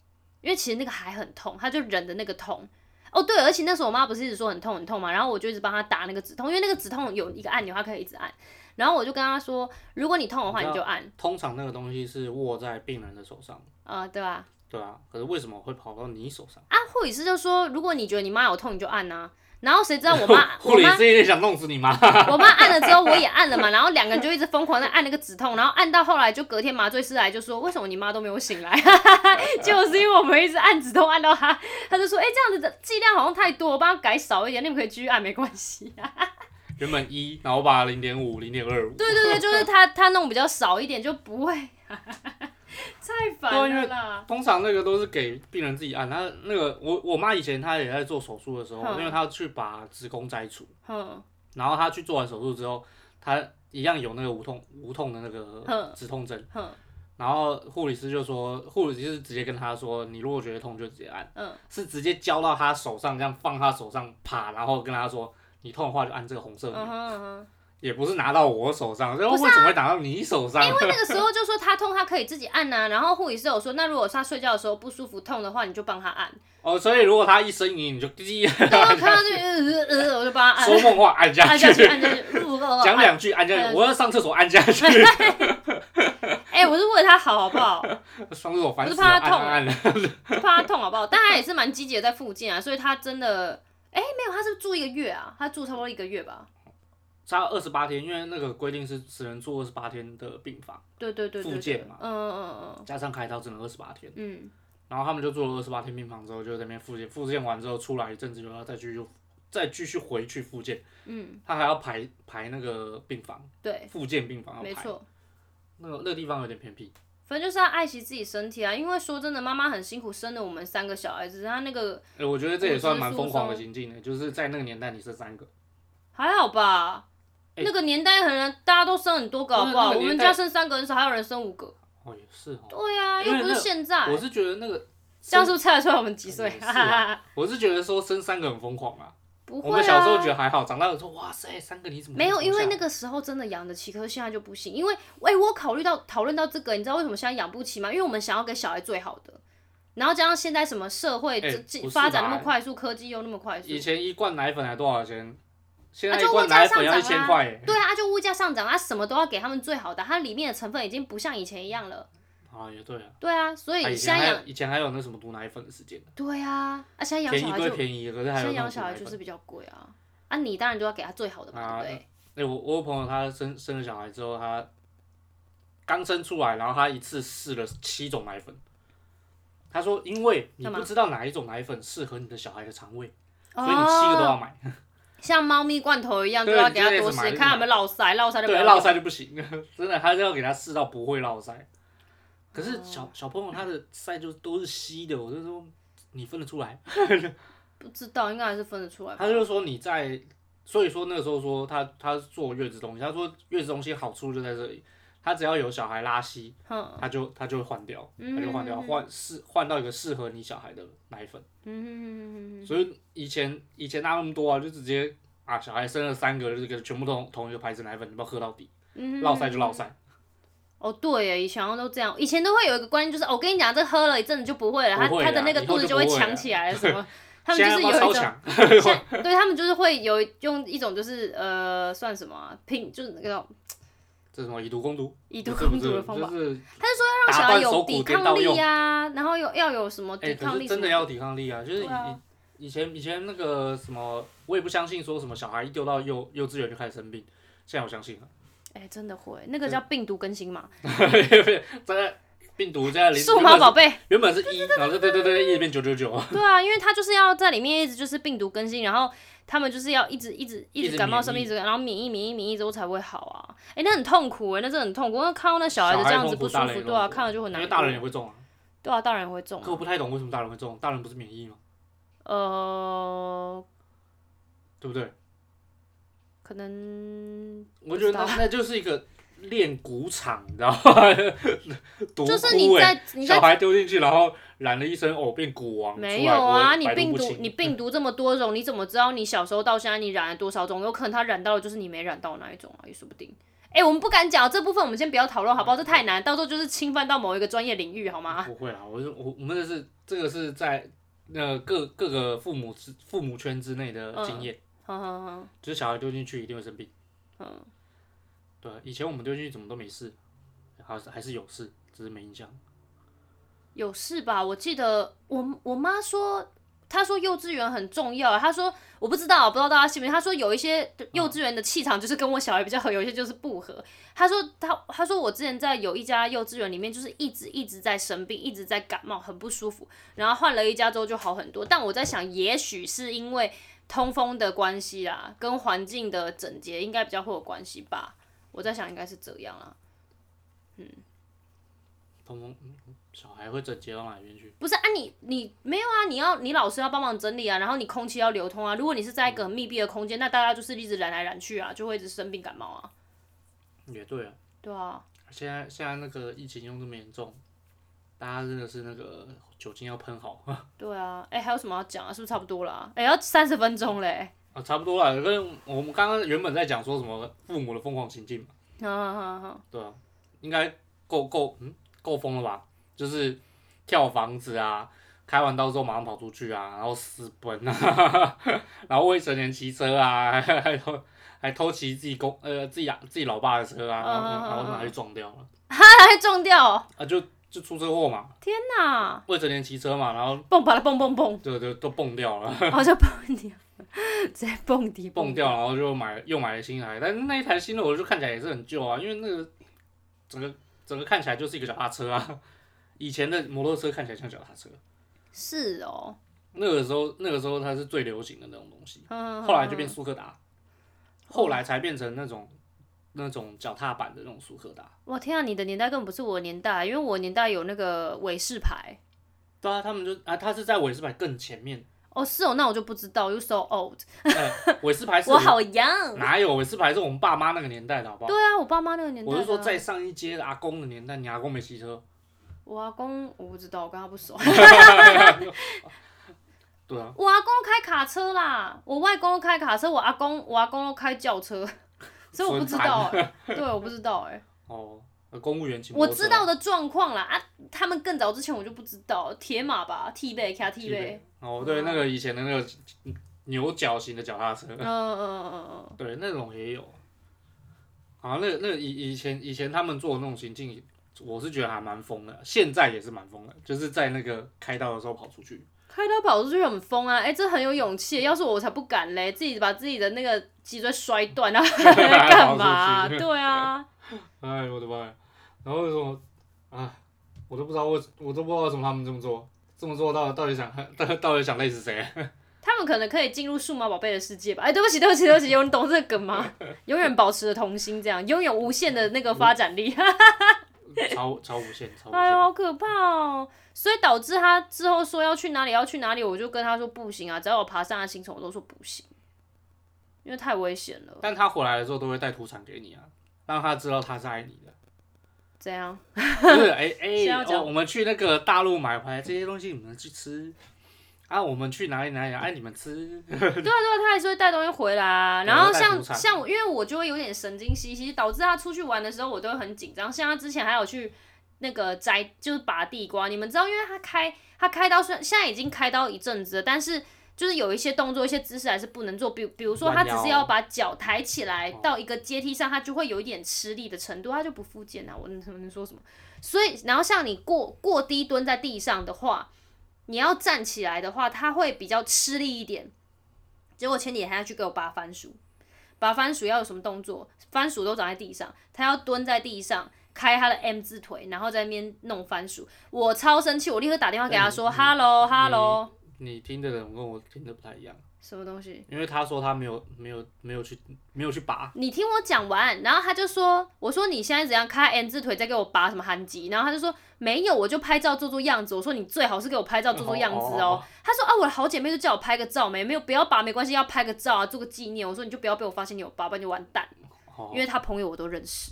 Speaker 2: 因为其实那个还很痛，他就忍着那个痛。哦，对，而且那时候我妈不是一直说很痛很哦痛嘛，然后我就一直帮她打那个止痛，因为那个止痛有一个按钮，她可以一直按。然后我就跟她说，如果你痛的话，
Speaker 1: 你知道
Speaker 2: 你就按，
Speaker 1: 通常那个东西是握在病人的手上，
Speaker 2: 啊、对吧、
Speaker 1: 对啊，可是为什么会跑到你手上？，
Speaker 2: 啊，护理师就说，如果你觉得你妈有痛，你就按呐、然后谁知道我 妈
Speaker 1: 护
Speaker 2: 啊我
Speaker 1: 理
Speaker 2: 妈
Speaker 1: 师也想弄死你吗？
Speaker 2: 我妈按了之后，我也按了嘛，然后两个人就一直疯狂的按那个止痛，然后按到后来就隔天麻醉师来就说，为什么你妈都没有醒来？就是因为我们一直按止痛按到她，她就说，哎、这样子的剂量好像太多，我帮她改少一点，你们可以继续按，没关系、啊。
Speaker 1: 原本一，然后我把零点五、零点二五，
Speaker 2: 对对对，就是她她弄比较少一点就不会，太烦了啦。
Speaker 1: 通常那个都是给病人自己按。他那个我我妈以前她也在做手术的时候，
Speaker 2: 嗯
Speaker 1: 因为她要去把子宫摘除，
Speaker 2: 嗯
Speaker 1: 然后她去做完手术之后，她一样有那个无痛无痛的那个
Speaker 2: 嗯
Speaker 1: 止痛针。
Speaker 2: 哼，
Speaker 1: 然后护理师就说，护理师是直接跟他说，你如果觉得痛就直接按，
Speaker 2: 嗯，
Speaker 1: 是直接交到他手上，这样放他手上，啪，然后跟他说，你痛的话就按这个红色的，
Speaker 2: 嗯哼嗯哼。
Speaker 1: 也不是拿到我手上，然后
Speaker 2: 不是啊
Speaker 1: 为什么会打到你手上？
Speaker 2: 因为那个时候就说她痛，她可以自己按呐、然后护理师有说，那如果她睡觉的时候不舒服痛的话，你就帮她按。
Speaker 1: 哦，所以如果他一呻吟，你就滴，
Speaker 2: 对啊，看到这个呃呃呃，我就帮她按。
Speaker 1: 说梦话按下
Speaker 2: 按下去，
Speaker 1: 去，
Speaker 2: 按下去，不够
Speaker 1: 讲两句按下
Speaker 2: 按下
Speaker 1: 去，
Speaker 2: 去
Speaker 1: 我要上厕所按下去，
Speaker 2: 哎、我是为了他好，好不好？
Speaker 1: 上厕所烦
Speaker 2: 我
Speaker 1: 死
Speaker 2: 是
Speaker 1: 了，
Speaker 2: 怕他
Speaker 1: 按按按，
Speaker 2: 不怕他痛，好不好？但他也是蛮积极的在附近啊，所以他真的，哎、没有，他是住一个月啊，他住差不多一个月吧。
Speaker 1: 差二十八天，因为那个规定是只能住二十八天的病房，
Speaker 2: 对对对对对
Speaker 1: 复健嘛
Speaker 2: 嗯嗯嗯
Speaker 1: 加上开刀只能二十八天。
Speaker 2: 嗯
Speaker 1: 然后他们就做了二十八天病房之后，就在那边复健，复健完之后出来一阵子，又要再继续再继续回去复健，
Speaker 2: 嗯嗯，
Speaker 1: 他还要排排那个病房，
Speaker 2: 对，
Speaker 1: 复健病房要
Speaker 2: 没
Speaker 1: 排。
Speaker 2: 错，
Speaker 1: 那个那个地方有点偏僻。
Speaker 2: 反正就是要爱惜自己身体啊，因为说真的，妈妈很辛苦生了我们三个小孩子，她那个
Speaker 1: 哎、我觉得这也算蛮疯狂
Speaker 2: 骨
Speaker 1: 的
Speaker 2: 质
Speaker 1: 行径的，就是在那个年代你生三个，
Speaker 2: 还好吧？
Speaker 1: 哎
Speaker 2: 那个年代很人大家都生很多个，好不好？
Speaker 1: 不是那个
Speaker 2: 我们
Speaker 1: 年代
Speaker 2: 家生三个很少，还有人生五个。
Speaker 1: 哦也是哦。
Speaker 2: 对呀、
Speaker 1: 因
Speaker 2: 又
Speaker 1: 为
Speaker 2: 不
Speaker 1: 那
Speaker 2: 是
Speaker 1: 个
Speaker 2: 现在，
Speaker 1: 我是觉得那个
Speaker 2: 这样是不是猜得出来我们几岁？
Speaker 1: 也是啊我是觉得说生三个很疯狂啊。
Speaker 2: 不会、啊。
Speaker 1: 我们小时候觉得还好，长大了说哇塞三个你怎么
Speaker 2: 没有，因为那
Speaker 1: 个
Speaker 2: 个时候真的养得起，可是现在就不行。因为，哎、我考虑到讨论到这个，你知道为什么现在养不起吗？因为我们想要给小孩最好的，然后加上现在什么社会
Speaker 1: 哎
Speaker 2: 这、
Speaker 1: 不
Speaker 2: 这
Speaker 1: 是
Speaker 2: 发展那
Speaker 1: 吧
Speaker 2: 么快速，科技又那么快速，
Speaker 1: 以前一罐奶粉还多少钱？现在
Speaker 2: 啊
Speaker 1: 一
Speaker 2: 就
Speaker 1: 罐
Speaker 2: 物价
Speaker 1: 奶
Speaker 2: 上
Speaker 1: 粉要一
Speaker 2: 涨
Speaker 1: 千
Speaker 2: 啊
Speaker 1: 块耶。
Speaker 2: 对啊，就物价上涨，啊，什么都要给他们最好的，它里面的成分已经不像以前一样了。
Speaker 1: 啊，也对啊。
Speaker 2: 对啊，所
Speaker 1: 啊
Speaker 2: 以
Speaker 1: 以
Speaker 2: 现
Speaker 1: 前
Speaker 2: 在
Speaker 1: 还
Speaker 2: 养，
Speaker 1: 有以前还有那什么毒奶粉的时间，
Speaker 2: 对啊，啊，现在养
Speaker 1: 便
Speaker 2: 小
Speaker 1: 宜
Speaker 2: 孩
Speaker 1: 归
Speaker 2: 就，现
Speaker 1: 便宜，可是还有那
Speaker 2: 在养
Speaker 1: 种毒
Speaker 2: 小孩
Speaker 1: 奶
Speaker 2: 就
Speaker 1: 粉。
Speaker 2: 是比较贵啊。啊，你当然就要给他最好的嘛，
Speaker 1: 啊
Speaker 2: 对不对？
Speaker 1: 哎、我我有朋友他生生了小孩之后，他刚生出来，然后他一次试了七种奶粉。他说：“因为你
Speaker 2: 干嘛
Speaker 1: 不知道哪一种奶粉适合你的小孩的肠胃，啊所以你七个都要
Speaker 2: 哦，
Speaker 1: 买。
Speaker 2: 像猫咪罐头一样，就
Speaker 1: 对
Speaker 2: 要
Speaker 1: 你
Speaker 2: 给
Speaker 1: 就
Speaker 2: 他
Speaker 1: 得
Speaker 2: 多
Speaker 1: 一直买
Speaker 2: 吃，
Speaker 1: 一直
Speaker 2: 看有
Speaker 1: 买
Speaker 2: 没有落腮，落腮就不
Speaker 1: 对，
Speaker 2: 要
Speaker 1: 落腮就不行，真的，他是要给他试到不会落腮。可是
Speaker 2: 哦
Speaker 1: 小小朋友他的腮就都是稀的，我就说你分得出来。
Speaker 2: 不知道，应该还是分得出来吧。
Speaker 1: 他就说你在，所以说那个时候说他他做月子中心，他说月子中心好处就在这里，他只要有小孩拉稀，
Speaker 2: 哼，
Speaker 1: 他就他就会换掉，
Speaker 2: 嗯
Speaker 1: 他就换掉，换适换到一个适合你小孩的奶粉。
Speaker 2: 嗯，
Speaker 1: 所以以前以前哪那么多啊，就直接啊，小孩生了三个，就是给全部同同一个牌子奶粉，你不要喝到底，
Speaker 2: 嗯
Speaker 1: 落腮就落腮。
Speaker 2: 哦，对耶，以前好像都这样，以前都会有一个观念，就是、哦我跟你讲，这喝了一阵子就不会了，他
Speaker 1: 不会啦
Speaker 2: 他的那个
Speaker 1: 以
Speaker 2: 肚
Speaker 1: 后
Speaker 2: 子
Speaker 1: 就
Speaker 2: 会
Speaker 1: 不会
Speaker 2: 强
Speaker 1: 了
Speaker 2: 起来了，什么？他们
Speaker 1: 现
Speaker 2: 就
Speaker 1: 在
Speaker 2: 是
Speaker 1: 妈
Speaker 2: 有
Speaker 1: 超
Speaker 2: 一种，
Speaker 1: 强，
Speaker 2: 现对他们就是会有一用一种就是呃算什么啊拼，就是那个
Speaker 1: 这什么以毒攻毒，
Speaker 2: 以
Speaker 1: 这
Speaker 2: 毒
Speaker 1: 不
Speaker 2: 攻
Speaker 1: 是
Speaker 2: 毒的方法，
Speaker 1: 就是
Speaker 2: 让小
Speaker 1: 打
Speaker 2: 孩
Speaker 1: 断
Speaker 2: 有
Speaker 1: 手
Speaker 2: 抵
Speaker 1: 骨
Speaker 2: 抗
Speaker 1: 到
Speaker 2: 力
Speaker 1: 用。
Speaker 2: 呀、然后有要有什么
Speaker 1: 哎、
Speaker 2: 哦抵抗
Speaker 1: 可是
Speaker 2: 力什么
Speaker 1: 真的要抵抗力啊！就是以、
Speaker 2: 对啊
Speaker 1: 以前以前那个什么，我也不相信说什么小孩一丢到幼幼稚园就开始生病，现在我相信了。
Speaker 2: 哎、真的会，那个叫病毒更新嘛，
Speaker 1: 这个病毒现在离
Speaker 2: 数码宝贝，
Speaker 1: 原本是一，然后对对对，一直变九九九，
Speaker 2: 对啊，因为他就是要在里面一直就是病毒更新，然后他们就是要一直一直一
Speaker 1: 一
Speaker 2: 直
Speaker 1: 直
Speaker 2: 感冒
Speaker 1: 免
Speaker 2: 生病，
Speaker 1: 疫
Speaker 2: 一直然后免疫免疫免疫之后才会好啊。哎、那很痛苦哎、那真的很痛苦。因为看到那小孩子
Speaker 1: 小孩
Speaker 2: 这样子
Speaker 1: 痛苦
Speaker 2: 不舒
Speaker 1: 大人
Speaker 2: 服，
Speaker 1: 也
Speaker 2: 对啊，
Speaker 1: 痛苦
Speaker 2: 看了就很
Speaker 1: 因
Speaker 2: 难
Speaker 1: 为
Speaker 2: 过。
Speaker 1: 大人也会中啊。
Speaker 2: 对啊，大人也会中
Speaker 1: 可我
Speaker 2: 啊。
Speaker 1: 不太懂为什么大人会中，大人不是免疫吗？
Speaker 2: 呃，
Speaker 1: 对不对？
Speaker 2: 可能
Speaker 1: 我觉得
Speaker 2: 不
Speaker 1: 那那就是一个练鼓场，你知道吗？ 毒
Speaker 2: 就是你
Speaker 1: 窟欸，
Speaker 2: 在你
Speaker 1: 小
Speaker 2: 在
Speaker 1: 孩丢进去，然后染了一身哦，变蛊王。
Speaker 2: 没
Speaker 1: 出来
Speaker 2: 有啊，
Speaker 1: 我
Speaker 2: 你
Speaker 1: 百毒
Speaker 2: 病
Speaker 1: 不
Speaker 2: 毒
Speaker 1: 侵
Speaker 2: 你病毒这么多种，你怎么知道你小时候到现在你染了多少种？有可能他染到的就是你没染到的那一种啊，也说不定。哎、我们不敢讲这部分，我们先不要讨论
Speaker 1: 嗯
Speaker 2: 好不好？这太难，到时候就是侵犯到某一个专业领域好吗？
Speaker 1: 不会啦，我是我我们这是这个是在那各各个父母之父母圈之内的经验，
Speaker 2: 嗯哼哼哼，
Speaker 1: 就是小孩丢进去一定会生病。
Speaker 2: 嗯，
Speaker 1: 对，以前我们丢进去怎么都没事，还是还是有事，只是没印象。
Speaker 2: 有事吧？我记得我我妈说，她说幼稚园很重要啊。她说我不知道，不知道大家信不信。她说有一些幼稚园的气场就是跟我小孩比较合，有一些就是不合。她说她她说我之前在有一家幼稚园里面，就是一直一直在生病，一直在感冒，很不舒服。然后换了一家之后就好很多。但我在想，也许是因为通风的关系啦，跟环境的整洁应该比较会有关系吧。我在想应该是这样啊啦。
Speaker 1: 通通嗯小孩会整洁到哪里面去？
Speaker 2: 不是啊你，你没有啊，你要你老师要帮忙整理啊，然后你空气要流通啊。如果你是在一个很密闭的空间，那大家就是一直染来染去啊，就会一直生病感冒啊。
Speaker 1: 也对啊。
Speaker 2: 对啊，
Speaker 1: 现在现在那个疫情又这么严重，大家真的是那个酒精要喷好
Speaker 2: 对啊。哎、还有什么要讲啊？是不是差不多了、啊？哎、要三十分钟嘞、
Speaker 1: 啊，差不多了。跟我们刚刚原本在讲说什么父母的疯狂行径嘛，
Speaker 2: 啊啊啊啊！
Speaker 1: 对啊，应该够够嗯够疯了吧？就是跳房子啊，开完刀之后马上跑出去啊，然后私奔啊， 然后未成年骑车啊， 还偷还偷骑自己公呃自己啊自己老爸的车啊，然后
Speaker 2: 嗯嗯嗯
Speaker 1: 然后
Speaker 2: 嗯
Speaker 1: 拿去撞掉了
Speaker 2: 他还中掉，哦
Speaker 1: 啊，就就出车祸嘛，
Speaker 2: 天哪！
Speaker 1: 未成年骑车嘛，然后
Speaker 2: 蹦把它蹦蹦蹦，
Speaker 1: 就就都蹦掉了。
Speaker 2: 然后就蹦掉， 直接蹦迪
Speaker 1: 蹦
Speaker 2: 掉。
Speaker 1: 掉，然后就买又买了新台，但是那一台新的我就看起来也是很旧啊，因为那个整个整个看起来就是一个脚踏车啊，以前的摩托车看起来像脚踏车，
Speaker 2: 是哦，
Speaker 1: 那个时候那个时候它是最流行的那种东西，
Speaker 2: 嗯，
Speaker 1: 后来就变速克达，后来才变成那种那种脚踏板的那种苏克达。
Speaker 2: 哇天啊，你的年代根本不是我的年代，因为我的年代有那个韦氏牌。
Speaker 1: 对啊，他们就啊，它是在韦斯牌更前 面，
Speaker 2: 哦，是哦，那我就不知道，you so old，
Speaker 1: 哎韦斯牌是
Speaker 2: 我好 young。
Speaker 1: 哪有韦斯牌是我们爸妈那个年代的好不好？
Speaker 2: 对啊，我爸妈那个年代、啊。
Speaker 1: 我是说在上一阶的阿公的年代，你阿公没骑车，
Speaker 2: 我阿公，我不知道，我跟他不 熟。
Speaker 1: 对啊，
Speaker 2: 我阿公开卡车啦，我外公都开卡车，我阿公我阿公都开轿 车，所以我不知道哎、对，我不知道哎、
Speaker 1: 哦，呃公务员骑摩
Speaker 2: 我
Speaker 1: 托车
Speaker 2: 知道的状况啦啊，他们更早之前我就不知道，铁马吧，T 背卡 T
Speaker 1: 踢背
Speaker 2: 背，
Speaker 1: 哦，对，那个以前的那个牛角型的脚踏车，
Speaker 2: 嗯嗯嗯嗯嗯，
Speaker 1: 对，那种也有。啊，那那以以前以前他们做的那种行径，我是觉得还蛮疯的，现在也是蛮疯的，就是在那个开道的时候跑出去。
Speaker 2: 开刀跑出去很疯啊，哎、这很有勇气，要是我才不敢嘞，自己把自己的那个脊椎摔 断，然后还在 干嘛、
Speaker 1: 跑出去
Speaker 2: 对啊，
Speaker 1: 哎，我的妈呀！然后为什么啊？我都不知道为我都不知道为什么他们这么做，这么做到底到底想到底到底想累死谁？啊
Speaker 2: 他们可能可以进入数码宝贝的世界吧？哎、对不起，对不起，对不起，有人懂这个梗吗？ 永远保持着童心，这样拥有无限的那个发展力。
Speaker 1: 超超无限，超无
Speaker 2: 哎呦，
Speaker 1: 限。
Speaker 2: 好可怕哦！所以导致他之后说要去哪里，要去哪里，我就跟他说不行啊，只要我爬上他行程，我都说不行，因为太危险了。
Speaker 1: 但他回来的时候都会带土产给你啊，让他知道他是爱你的。
Speaker 2: 这样，
Speaker 1: 就是哎
Speaker 2: 是要
Speaker 1: 哎，
Speaker 2: 讲
Speaker 1: 哦我们去那个大陆买回来这些东西，你们去吃。啊，我们去哪里哪里，哎、你们吃。
Speaker 2: 对啊，他还是会带东西回来啊。
Speaker 1: 对
Speaker 2: 然后
Speaker 1: 会带
Speaker 2: 像
Speaker 1: 土产
Speaker 2: 像我，因为我就会有点神经兮兮，导致他出去玩的时候我都会很紧张。像他之前还有去那个摘，就是拔地瓜，你们知道，因为他开他开刀虽然现在已经开刀一阵子了，但是。就是有一些动作、一些姿势还是不能做，比比如说他
Speaker 1: 弯
Speaker 2: 只
Speaker 1: 腰
Speaker 2: 是要把脚抬起来
Speaker 1: 哦
Speaker 2: 到一个阶梯上，他就会有一点吃力的程度，他就不复健啊！我能能说什么？所以，然后像你过过低蹲在地上的话，你要站起来的话，它会比较吃力一点。结果前几天他去给我拔番薯，拔番薯要有什么动作？番薯都长在地上，他要蹲在地上。开他的 M 字腿，然后在那边弄番薯，我超生气，我立刻打电话给他说
Speaker 1: 嗯嗯
Speaker 2: ：“Hello，Hello。Hello，Hello
Speaker 1: 你听的人跟我听的不太一样，
Speaker 2: 什么东西？
Speaker 1: 因为他说他没有没有没有去没有去拔，
Speaker 2: 你听我讲完，然后他就说：“我说你现在怎样开 N 字腿，再给我拔什么韩籍？”然后他就说：“没有，我就拍照做做样子。”我说：“你最好是给我拍照做做样子哦。
Speaker 1: 哦哦哦
Speaker 2: 他说：“啊，我的好姐妹就叫我拍个照没，没有不要拔，没关系，要拍个照啊，做个纪念。”我说：“你就不要被我发现你有拔，不然就完蛋。”
Speaker 1: 哦
Speaker 2: 因为他朋友我都认 识，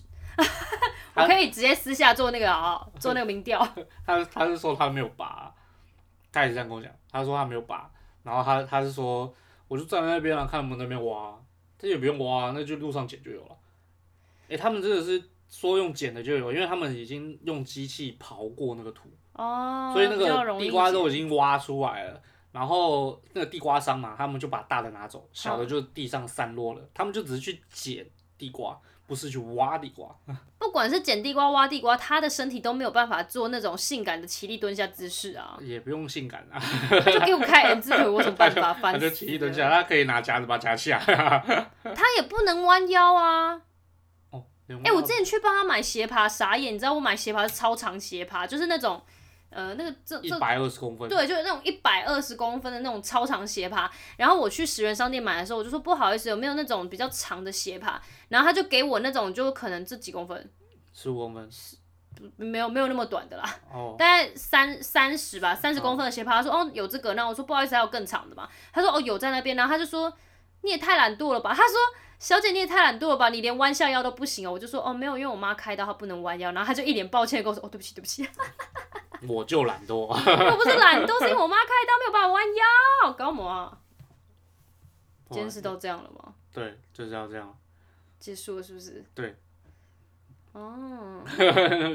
Speaker 1: 他
Speaker 2: 我可以直接私下做那个啊，做那个 民调。
Speaker 1: 他他是说他没有拔，他也是这样跟我讲，他说他没有拔，然后他他是说我就站在那边啊，看他们那边挖，这也不用挖，啊那就路上捡就有了。哎、他们真的是说用捡的就有，因为他们已经用机器刨过那个土，
Speaker 2: 哦，
Speaker 1: 所以那
Speaker 2: 比较
Speaker 1: 个
Speaker 2: 容易
Speaker 1: 地瓜都
Speaker 2: 一
Speaker 1: 已经挖出来了。然后那个地瓜商嘛，他们就把大的拿走，小
Speaker 2: 嗯
Speaker 1: 的就地上散落了。他们就只是去捡地瓜，不是去挖地瓜。
Speaker 2: 些不管是捡地瓜、挖地瓜，他的身体都没有办法做那种性感的起立蹲下姿势
Speaker 1: ，
Speaker 2: 啊
Speaker 1: 也不用性感啊，
Speaker 2: 就给我开 N 字腿，我有什么 办
Speaker 1: 他
Speaker 2: 法？烦
Speaker 1: 就
Speaker 2: 死
Speaker 1: 起立蹲
Speaker 2: 了哎
Speaker 1: 下，他可以拿夹子把它夹起来。啊
Speaker 2: 他也不能弯腰啊。
Speaker 1: 哦，
Speaker 2: 哎、我之前去帮他买鞋爬，傻眼，你知道我买鞋爬是超长鞋爬，就是那种呃那个这
Speaker 1: 一
Speaker 2: 这
Speaker 1: 百二十公分，
Speaker 2: 对，就是那种一百二十公分的那种超长鞋爬。然后我去十元商店买的时候，我就说不好意思，有没有那种比较长的鞋爬？然后他就给我那种就可能这几公分，
Speaker 1: 十五公分。
Speaker 2: 没有没有那么短的啦，
Speaker 1: 哦，
Speaker 2: 大概三三十吧，三十公分的鞋爬。他说哦有这个，那我说不好意思，还有更长的嘛。他说哦有在那边，然后他就说你也太懒惰了吧。他说小姐你也太懒惰了吧，你连弯下腰都不行哦。我就说哦没有，因为我妈开刀她不能弯腰，然后他就一脸抱歉的跟我说哦对不起对不起，
Speaker 1: 我就懒惰，啊
Speaker 2: 我不是懒惰，是因为我妈开刀没有办法弯腰，搞什么啊？今天是都这样了吗？
Speaker 1: 对，就是要这样。
Speaker 2: 结束了是不是？
Speaker 1: 对。
Speaker 2: 哦，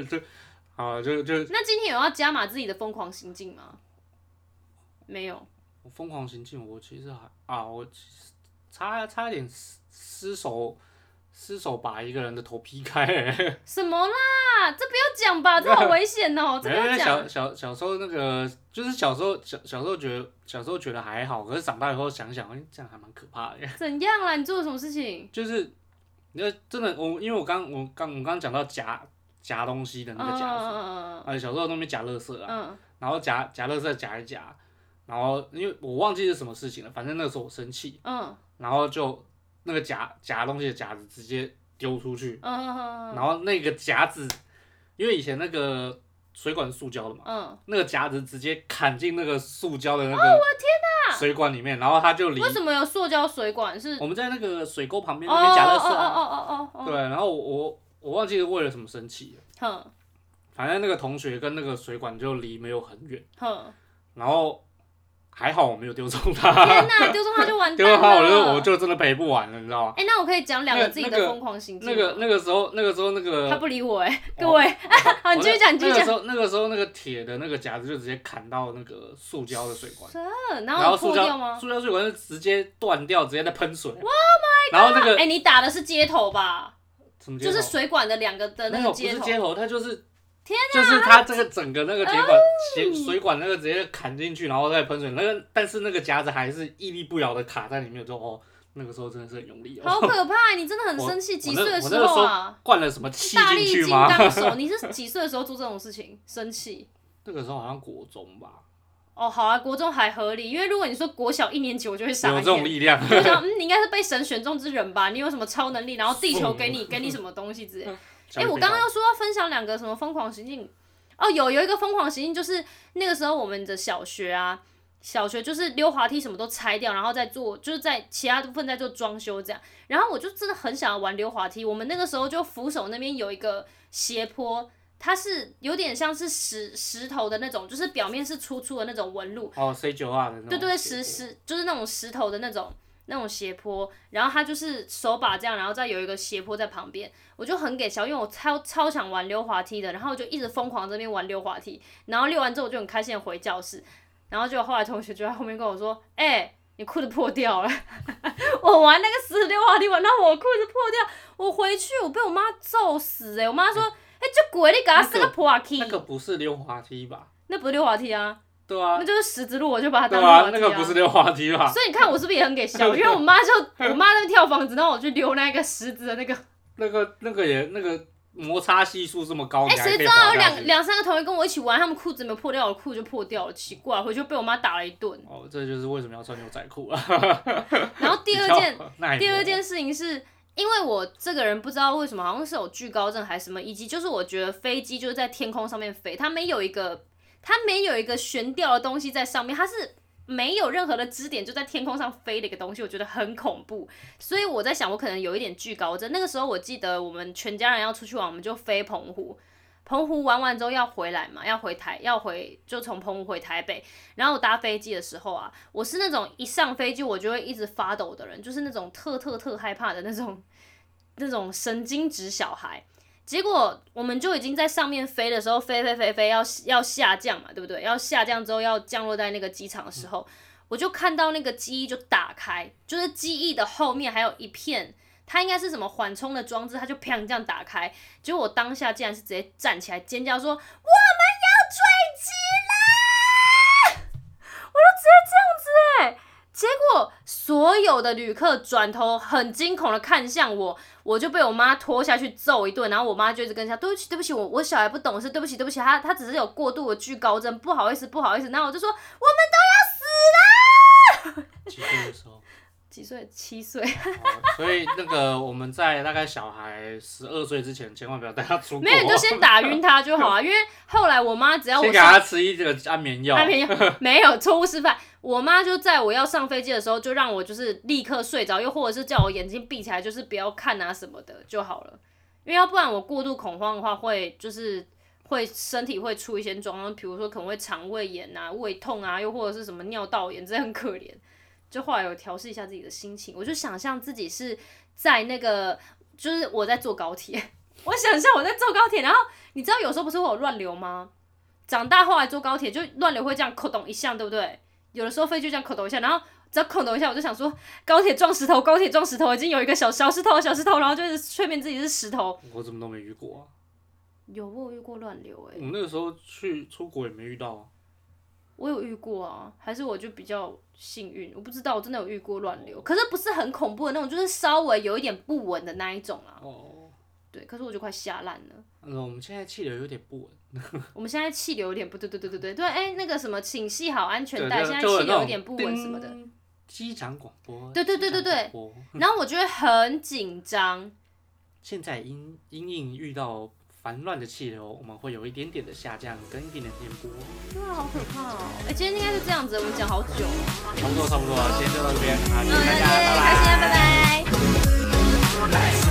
Speaker 1: 就好，就就
Speaker 2: 那今天有要加码自己的疯狂行径吗？没有，
Speaker 1: 疯狂行进，我其实还啊，我其实差差点失失手失手把一个人的头劈开、 欸。
Speaker 2: 什么啦？这不要 讲吧，这好危险哦、这
Speaker 1: 没
Speaker 2: 不
Speaker 1: 有因为
Speaker 2: 要讲
Speaker 1: 小。小小时候那个，就是小时候小小时候觉得小时候觉得还好，可是长大以后想想，哎、这样还蛮可怕的、
Speaker 2: 怎样啦？你做了什么事情？
Speaker 1: 就是你要真的，我因为我刚我刚我刚刚讲到夹夹东西的
Speaker 2: 嗯
Speaker 1: 那个夹子，
Speaker 2: 嗯
Speaker 1: 呃，小时候那边夹垃圾
Speaker 2: 嗯
Speaker 1: 啊，
Speaker 2: 嗯
Speaker 1: 然后夹夹垃圾夹一夹，然后因为我忘记是什么事情了，反正那个时候我生气，
Speaker 2: 嗯，
Speaker 1: 然后就那个夹夹东西的夹子直接丢出去，
Speaker 2: 嗯哼哼
Speaker 1: 然后那个夹子，因为以前那个水管是塑胶的嘛，
Speaker 2: 哼
Speaker 1: 那个夹子直接砍进那个塑胶的
Speaker 2: 哦
Speaker 1: 那个，我天水管里面，然后它就离
Speaker 2: 嗯，为什么有塑胶水管是？哦
Speaker 1: 我们在那个水沟旁边那
Speaker 2: 哦
Speaker 1: 边夹垃
Speaker 2: 哦
Speaker 1: 圾啊，
Speaker 2: 哦哦哦
Speaker 1: 对，然后我我忘记为了什么生气了，
Speaker 2: 哦，哼
Speaker 1: 反正那个同学跟那个水管就离没有很远，
Speaker 2: 哼，
Speaker 1: 然后还好我没有丢中
Speaker 2: 天
Speaker 1: 它，
Speaker 2: 哪，丢中它就完
Speaker 1: 丢
Speaker 2: 蛋
Speaker 1: 中它我就
Speaker 2: 了。
Speaker 1: 我就真的赔不完了，你知 道吗？
Speaker 2: 哎、那我可以讲两个
Speaker 1: 那个
Speaker 2: 自己
Speaker 1: 那
Speaker 2: 的
Speaker 1: 个
Speaker 2: 疯狂行径吗、
Speaker 1: 那个那个时候那个时候那个
Speaker 2: 他不理我哎、
Speaker 1: 哦
Speaker 2: 各位， 好，你继续讲，你继续
Speaker 1: 那个
Speaker 2: 讲
Speaker 1: 时。候，那个时候那个铁的那个夹子就直接砍到那个塑胶的水管，
Speaker 2: 嗯，然
Speaker 1: 然
Speaker 2: 后
Speaker 1: 后
Speaker 2: 有
Speaker 1: 塑
Speaker 2: 破掉吗 Oh
Speaker 1: 胶？塑胶水管就直接断掉，直接在喷水。然后那
Speaker 2: 哎、
Speaker 1: 个
Speaker 2: 你打的是接头吧？
Speaker 1: 什么接
Speaker 2: 就
Speaker 1: 头？
Speaker 2: 是水管的两个的
Speaker 1: 没
Speaker 2: 那
Speaker 1: 有
Speaker 2: 个
Speaker 1: 不是
Speaker 2: 头。
Speaker 1: 接头，它就是就是它这个整个那个铁管水
Speaker 2: 嗯
Speaker 1: 水管那个直接砍进去，然后再喷水。那个但是那个夹子还是屹立不摇的卡在里面，我就哦，那个时候真的是很用力
Speaker 2: 好
Speaker 1: 哦，
Speaker 2: 可怕、你真的很生气。
Speaker 1: 我
Speaker 2: 几岁的
Speaker 1: 我
Speaker 2: 时
Speaker 1: 那个
Speaker 2: 候啊？
Speaker 1: 灌了什么气
Speaker 2: 大
Speaker 1: 进
Speaker 2: 力
Speaker 1: 去
Speaker 2: 金
Speaker 1: 吗？
Speaker 2: 刚手，你是几岁的时候做这种事情？生气？
Speaker 1: 那个时候好像国中吧，
Speaker 2: 哦，好啊，国中还合理，因为如果你说国小一年级，我就会傻
Speaker 1: 有
Speaker 2: 眼。
Speaker 1: 这种力量。
Speaker 2: 就想，嗯，你应该是被神选中之人吧？你有什么超能力？然后地球给 你给你什么东西之类的哎、我刚刚要说要分享两个什么疯狂行径，哦，有有一个疯狂行径，就是那个时候我们的小学啊，小学就是溜滑梯什么都拆掉，然后再做，就是在其他部分在做装修这样。然后我就真的很想要玩溜滑梯，我们那个时候就扶手那边有一个斜坡。它是有点像是石石头的那种，就是表面是粗粗的那种纹路，
Speaker 1: 哦 C 九二的那种
Speaker 2: 对
Speaker 1: 结
Speaker 2: 对，石
Speaker 1: 果
Speaker 2: 石就是那种石头的那种那种斜坡，然后它就是手把这样，然后再有一个斜坡在旁边，我就很给笑，因为我超超想玩溜滑梯的，然后我就一直疯狂这边玩溜滑梯，然后溜完之后我就很开心的回教室，然后就后来同学就在后面跟我说，哎、你裤子破掉了， 我玩那个石子溜滑梯玩到我裤子破掉，我回去我被我妈揍死哎、我妈说，哎、这鬼你给他生个破滑梯，
Speaker 1: 那个不是溜滑梯吧？
Speaker 2: 那不是溜滑梯啊，
Speaker 1: 对啊
Speaker 2: 那，就是十字路，我就把它
Speaker 1: 对
Speaker 2: 当溜滑梯
Speaker 1: 啊，那个不是溜滑梯吧？
Speaker 2: 所以你看我是不是也很给 笑？因为我妈就我妈在那跳房子，然后我去溜那个石子的 那个，
Speaker 1: 那个那个也那个摩擦系数这么高，
Speaker 2: 哎、
Speaker 1: 你还
Speaker 2: 谁
Speaker 1: 可
Speaker 2: 知
Speaker 1: 以
Speaker 2: 道
Speaker 1: 滑
Speaker 2: 有
Speaker 1: 下
Speaker 2: 两
Speaker 1: 去。
Speaker 2: 两三个同学跟我一起玩，他们裤子没有破掉，我的裤就破掉了，奇怪，回去被我妈打了一顿。
Speaker 1: 哦，这就是为什么要穿牛仔裤啊。
Speaker 2: 然后 第二
Speaker 1: 比较
Speaker 2: 件，
Speaker 1: 耐磨
Speaker 2: 第二件事情是。因为我这个人不知道为什么，好像是有惧高症还是什么，以及就是我觉得飞机就是在天空上面飞，它没有一个它没有一个悬吊的东西在上面，它是没有任何的支点就在天空上飞的一个东西，我觉得很恐怖。所以我在想，我可能有一点惧高症。那个时候我记得我们全家人要出去玩，我们就飞澎湖。澎湖玩完之后要回来嘛，要回台，要回就从澎湖回台北。然后我搭飞机的时候啊，我是那种一上飞机我就会一直发抖的人，就是那种特特特害怕的那种那种神经质小孩。结果我们就已经在上面飞的时候，飞飞飞飞要要下降嘛，对不对？要下降之后要降落在那个机场的时候，我就看到那个机翼就打开，就是机翼的后面还有一片，它应该是什么缓冲的装置，它就砰这样打开。结果我当下竟然是直接站起来尖叫说：“我们要坠机啦！”我就直接这样子哎、结果所有的旅客转头很惊恐的看向我，我就被我妈拖下去揍一顿，然后我妈就一直跟下，对不起，对不起，我我小孩不懂事，对不起，对不起，他他只是有过度的惧高症，不好意思，不好意思，然后我就说我们都要死
Speaker 1: 几岁的时候，
Speaker 2: 几岁？七岁。
Speaker 1: 哦所以那个我们在大概小孩十二岁之前，千万不要带他出国。
Speaker 2: 没有，你就先打晕他就好啊。因为后来我妈只要
Speaker 1: 先
Speaker 2: 我
Speaker 1: 给
Speaker 2: 上
Speaker 1: 他吃一个安眠药。
Speaker 2: 安眠药，没有错误示范。我妈就在我要上飞机的时候，就让我就是立刻睡着，又或者是叫我眼睛闭起来，就是不要看啊什么的就好了。因为要不然我过度恐慌的话，会就是会身体会出一些状况，比如说可能会肠胃炎啊、胃痛啊，又或者是什么尿道炎，这很可怜。就后来有调试一下自己的心情，我就想象自己是在那个，就是我在坐高铁， 我想象我在坐高铁，然后你知道有时候不是会有乱流吗？长大后来坐高铁就乱流会这样扣动一下，对不对？有的时候飞机就这样扣动一下，然后只要扣动一下，我就想说高铁撞石头，高铁撞石头，已经有一个小小石头小石头，然后就是催眠自己是石头。
Speaker 1: 我怎么都没遇过啊！
Speaker 2: 有我有遇过乱流哎、
Speaker 1: 我们那个时候去出国也没遇到啊。
Speaker 2: 我有遇过啊，还是我就比较幸运，我不知道，我真的有遇过乱流，可是不是很恐怖的那种，就是稍微有一点不稳的那一种啊。
Speaker 1: 哦，
Speaker 2: 对，可是我就快吓烂了。
Speaker 1: 那个我们现在气流有点不稳。
Speaker 2: 我们现在气流有点不对，对对对对对，哎、那个什么，请系好安全
Speaker 1: 对，
Speaker 2: 带，
Speaker 1: 就
Speaker 2: 现在
Speaker 1: 就
Speaker 2: 气
Speaker 1: 那
Speaker 2: 流有
Speaker 1: 种
Speaker 2: 点不稳什么的。
Speaker 1: 叮。机场广播。
Speaker 2: 对对对对
Speaker 1: 机
Speaker 2: 对
Speaker 1: 场广播
Speaker 2: 然后我就会很紧张，
Speaker 1: 现在因因应遇到烦乱的气流，我们会有一点点的下降跟一点点颠簸。
Speaker 2: 哇，好可怕哦！哎、今天应该是这样子，我们讲好久、哦。
Speaker 1: 差不多差不多，今天就到这边，好，谢啊
Speaker 2: 嗯，
Speaker 1: 谢大家，拜拜
Speaker 2: 开。心啊，拜拜。
Speaker 3: Let's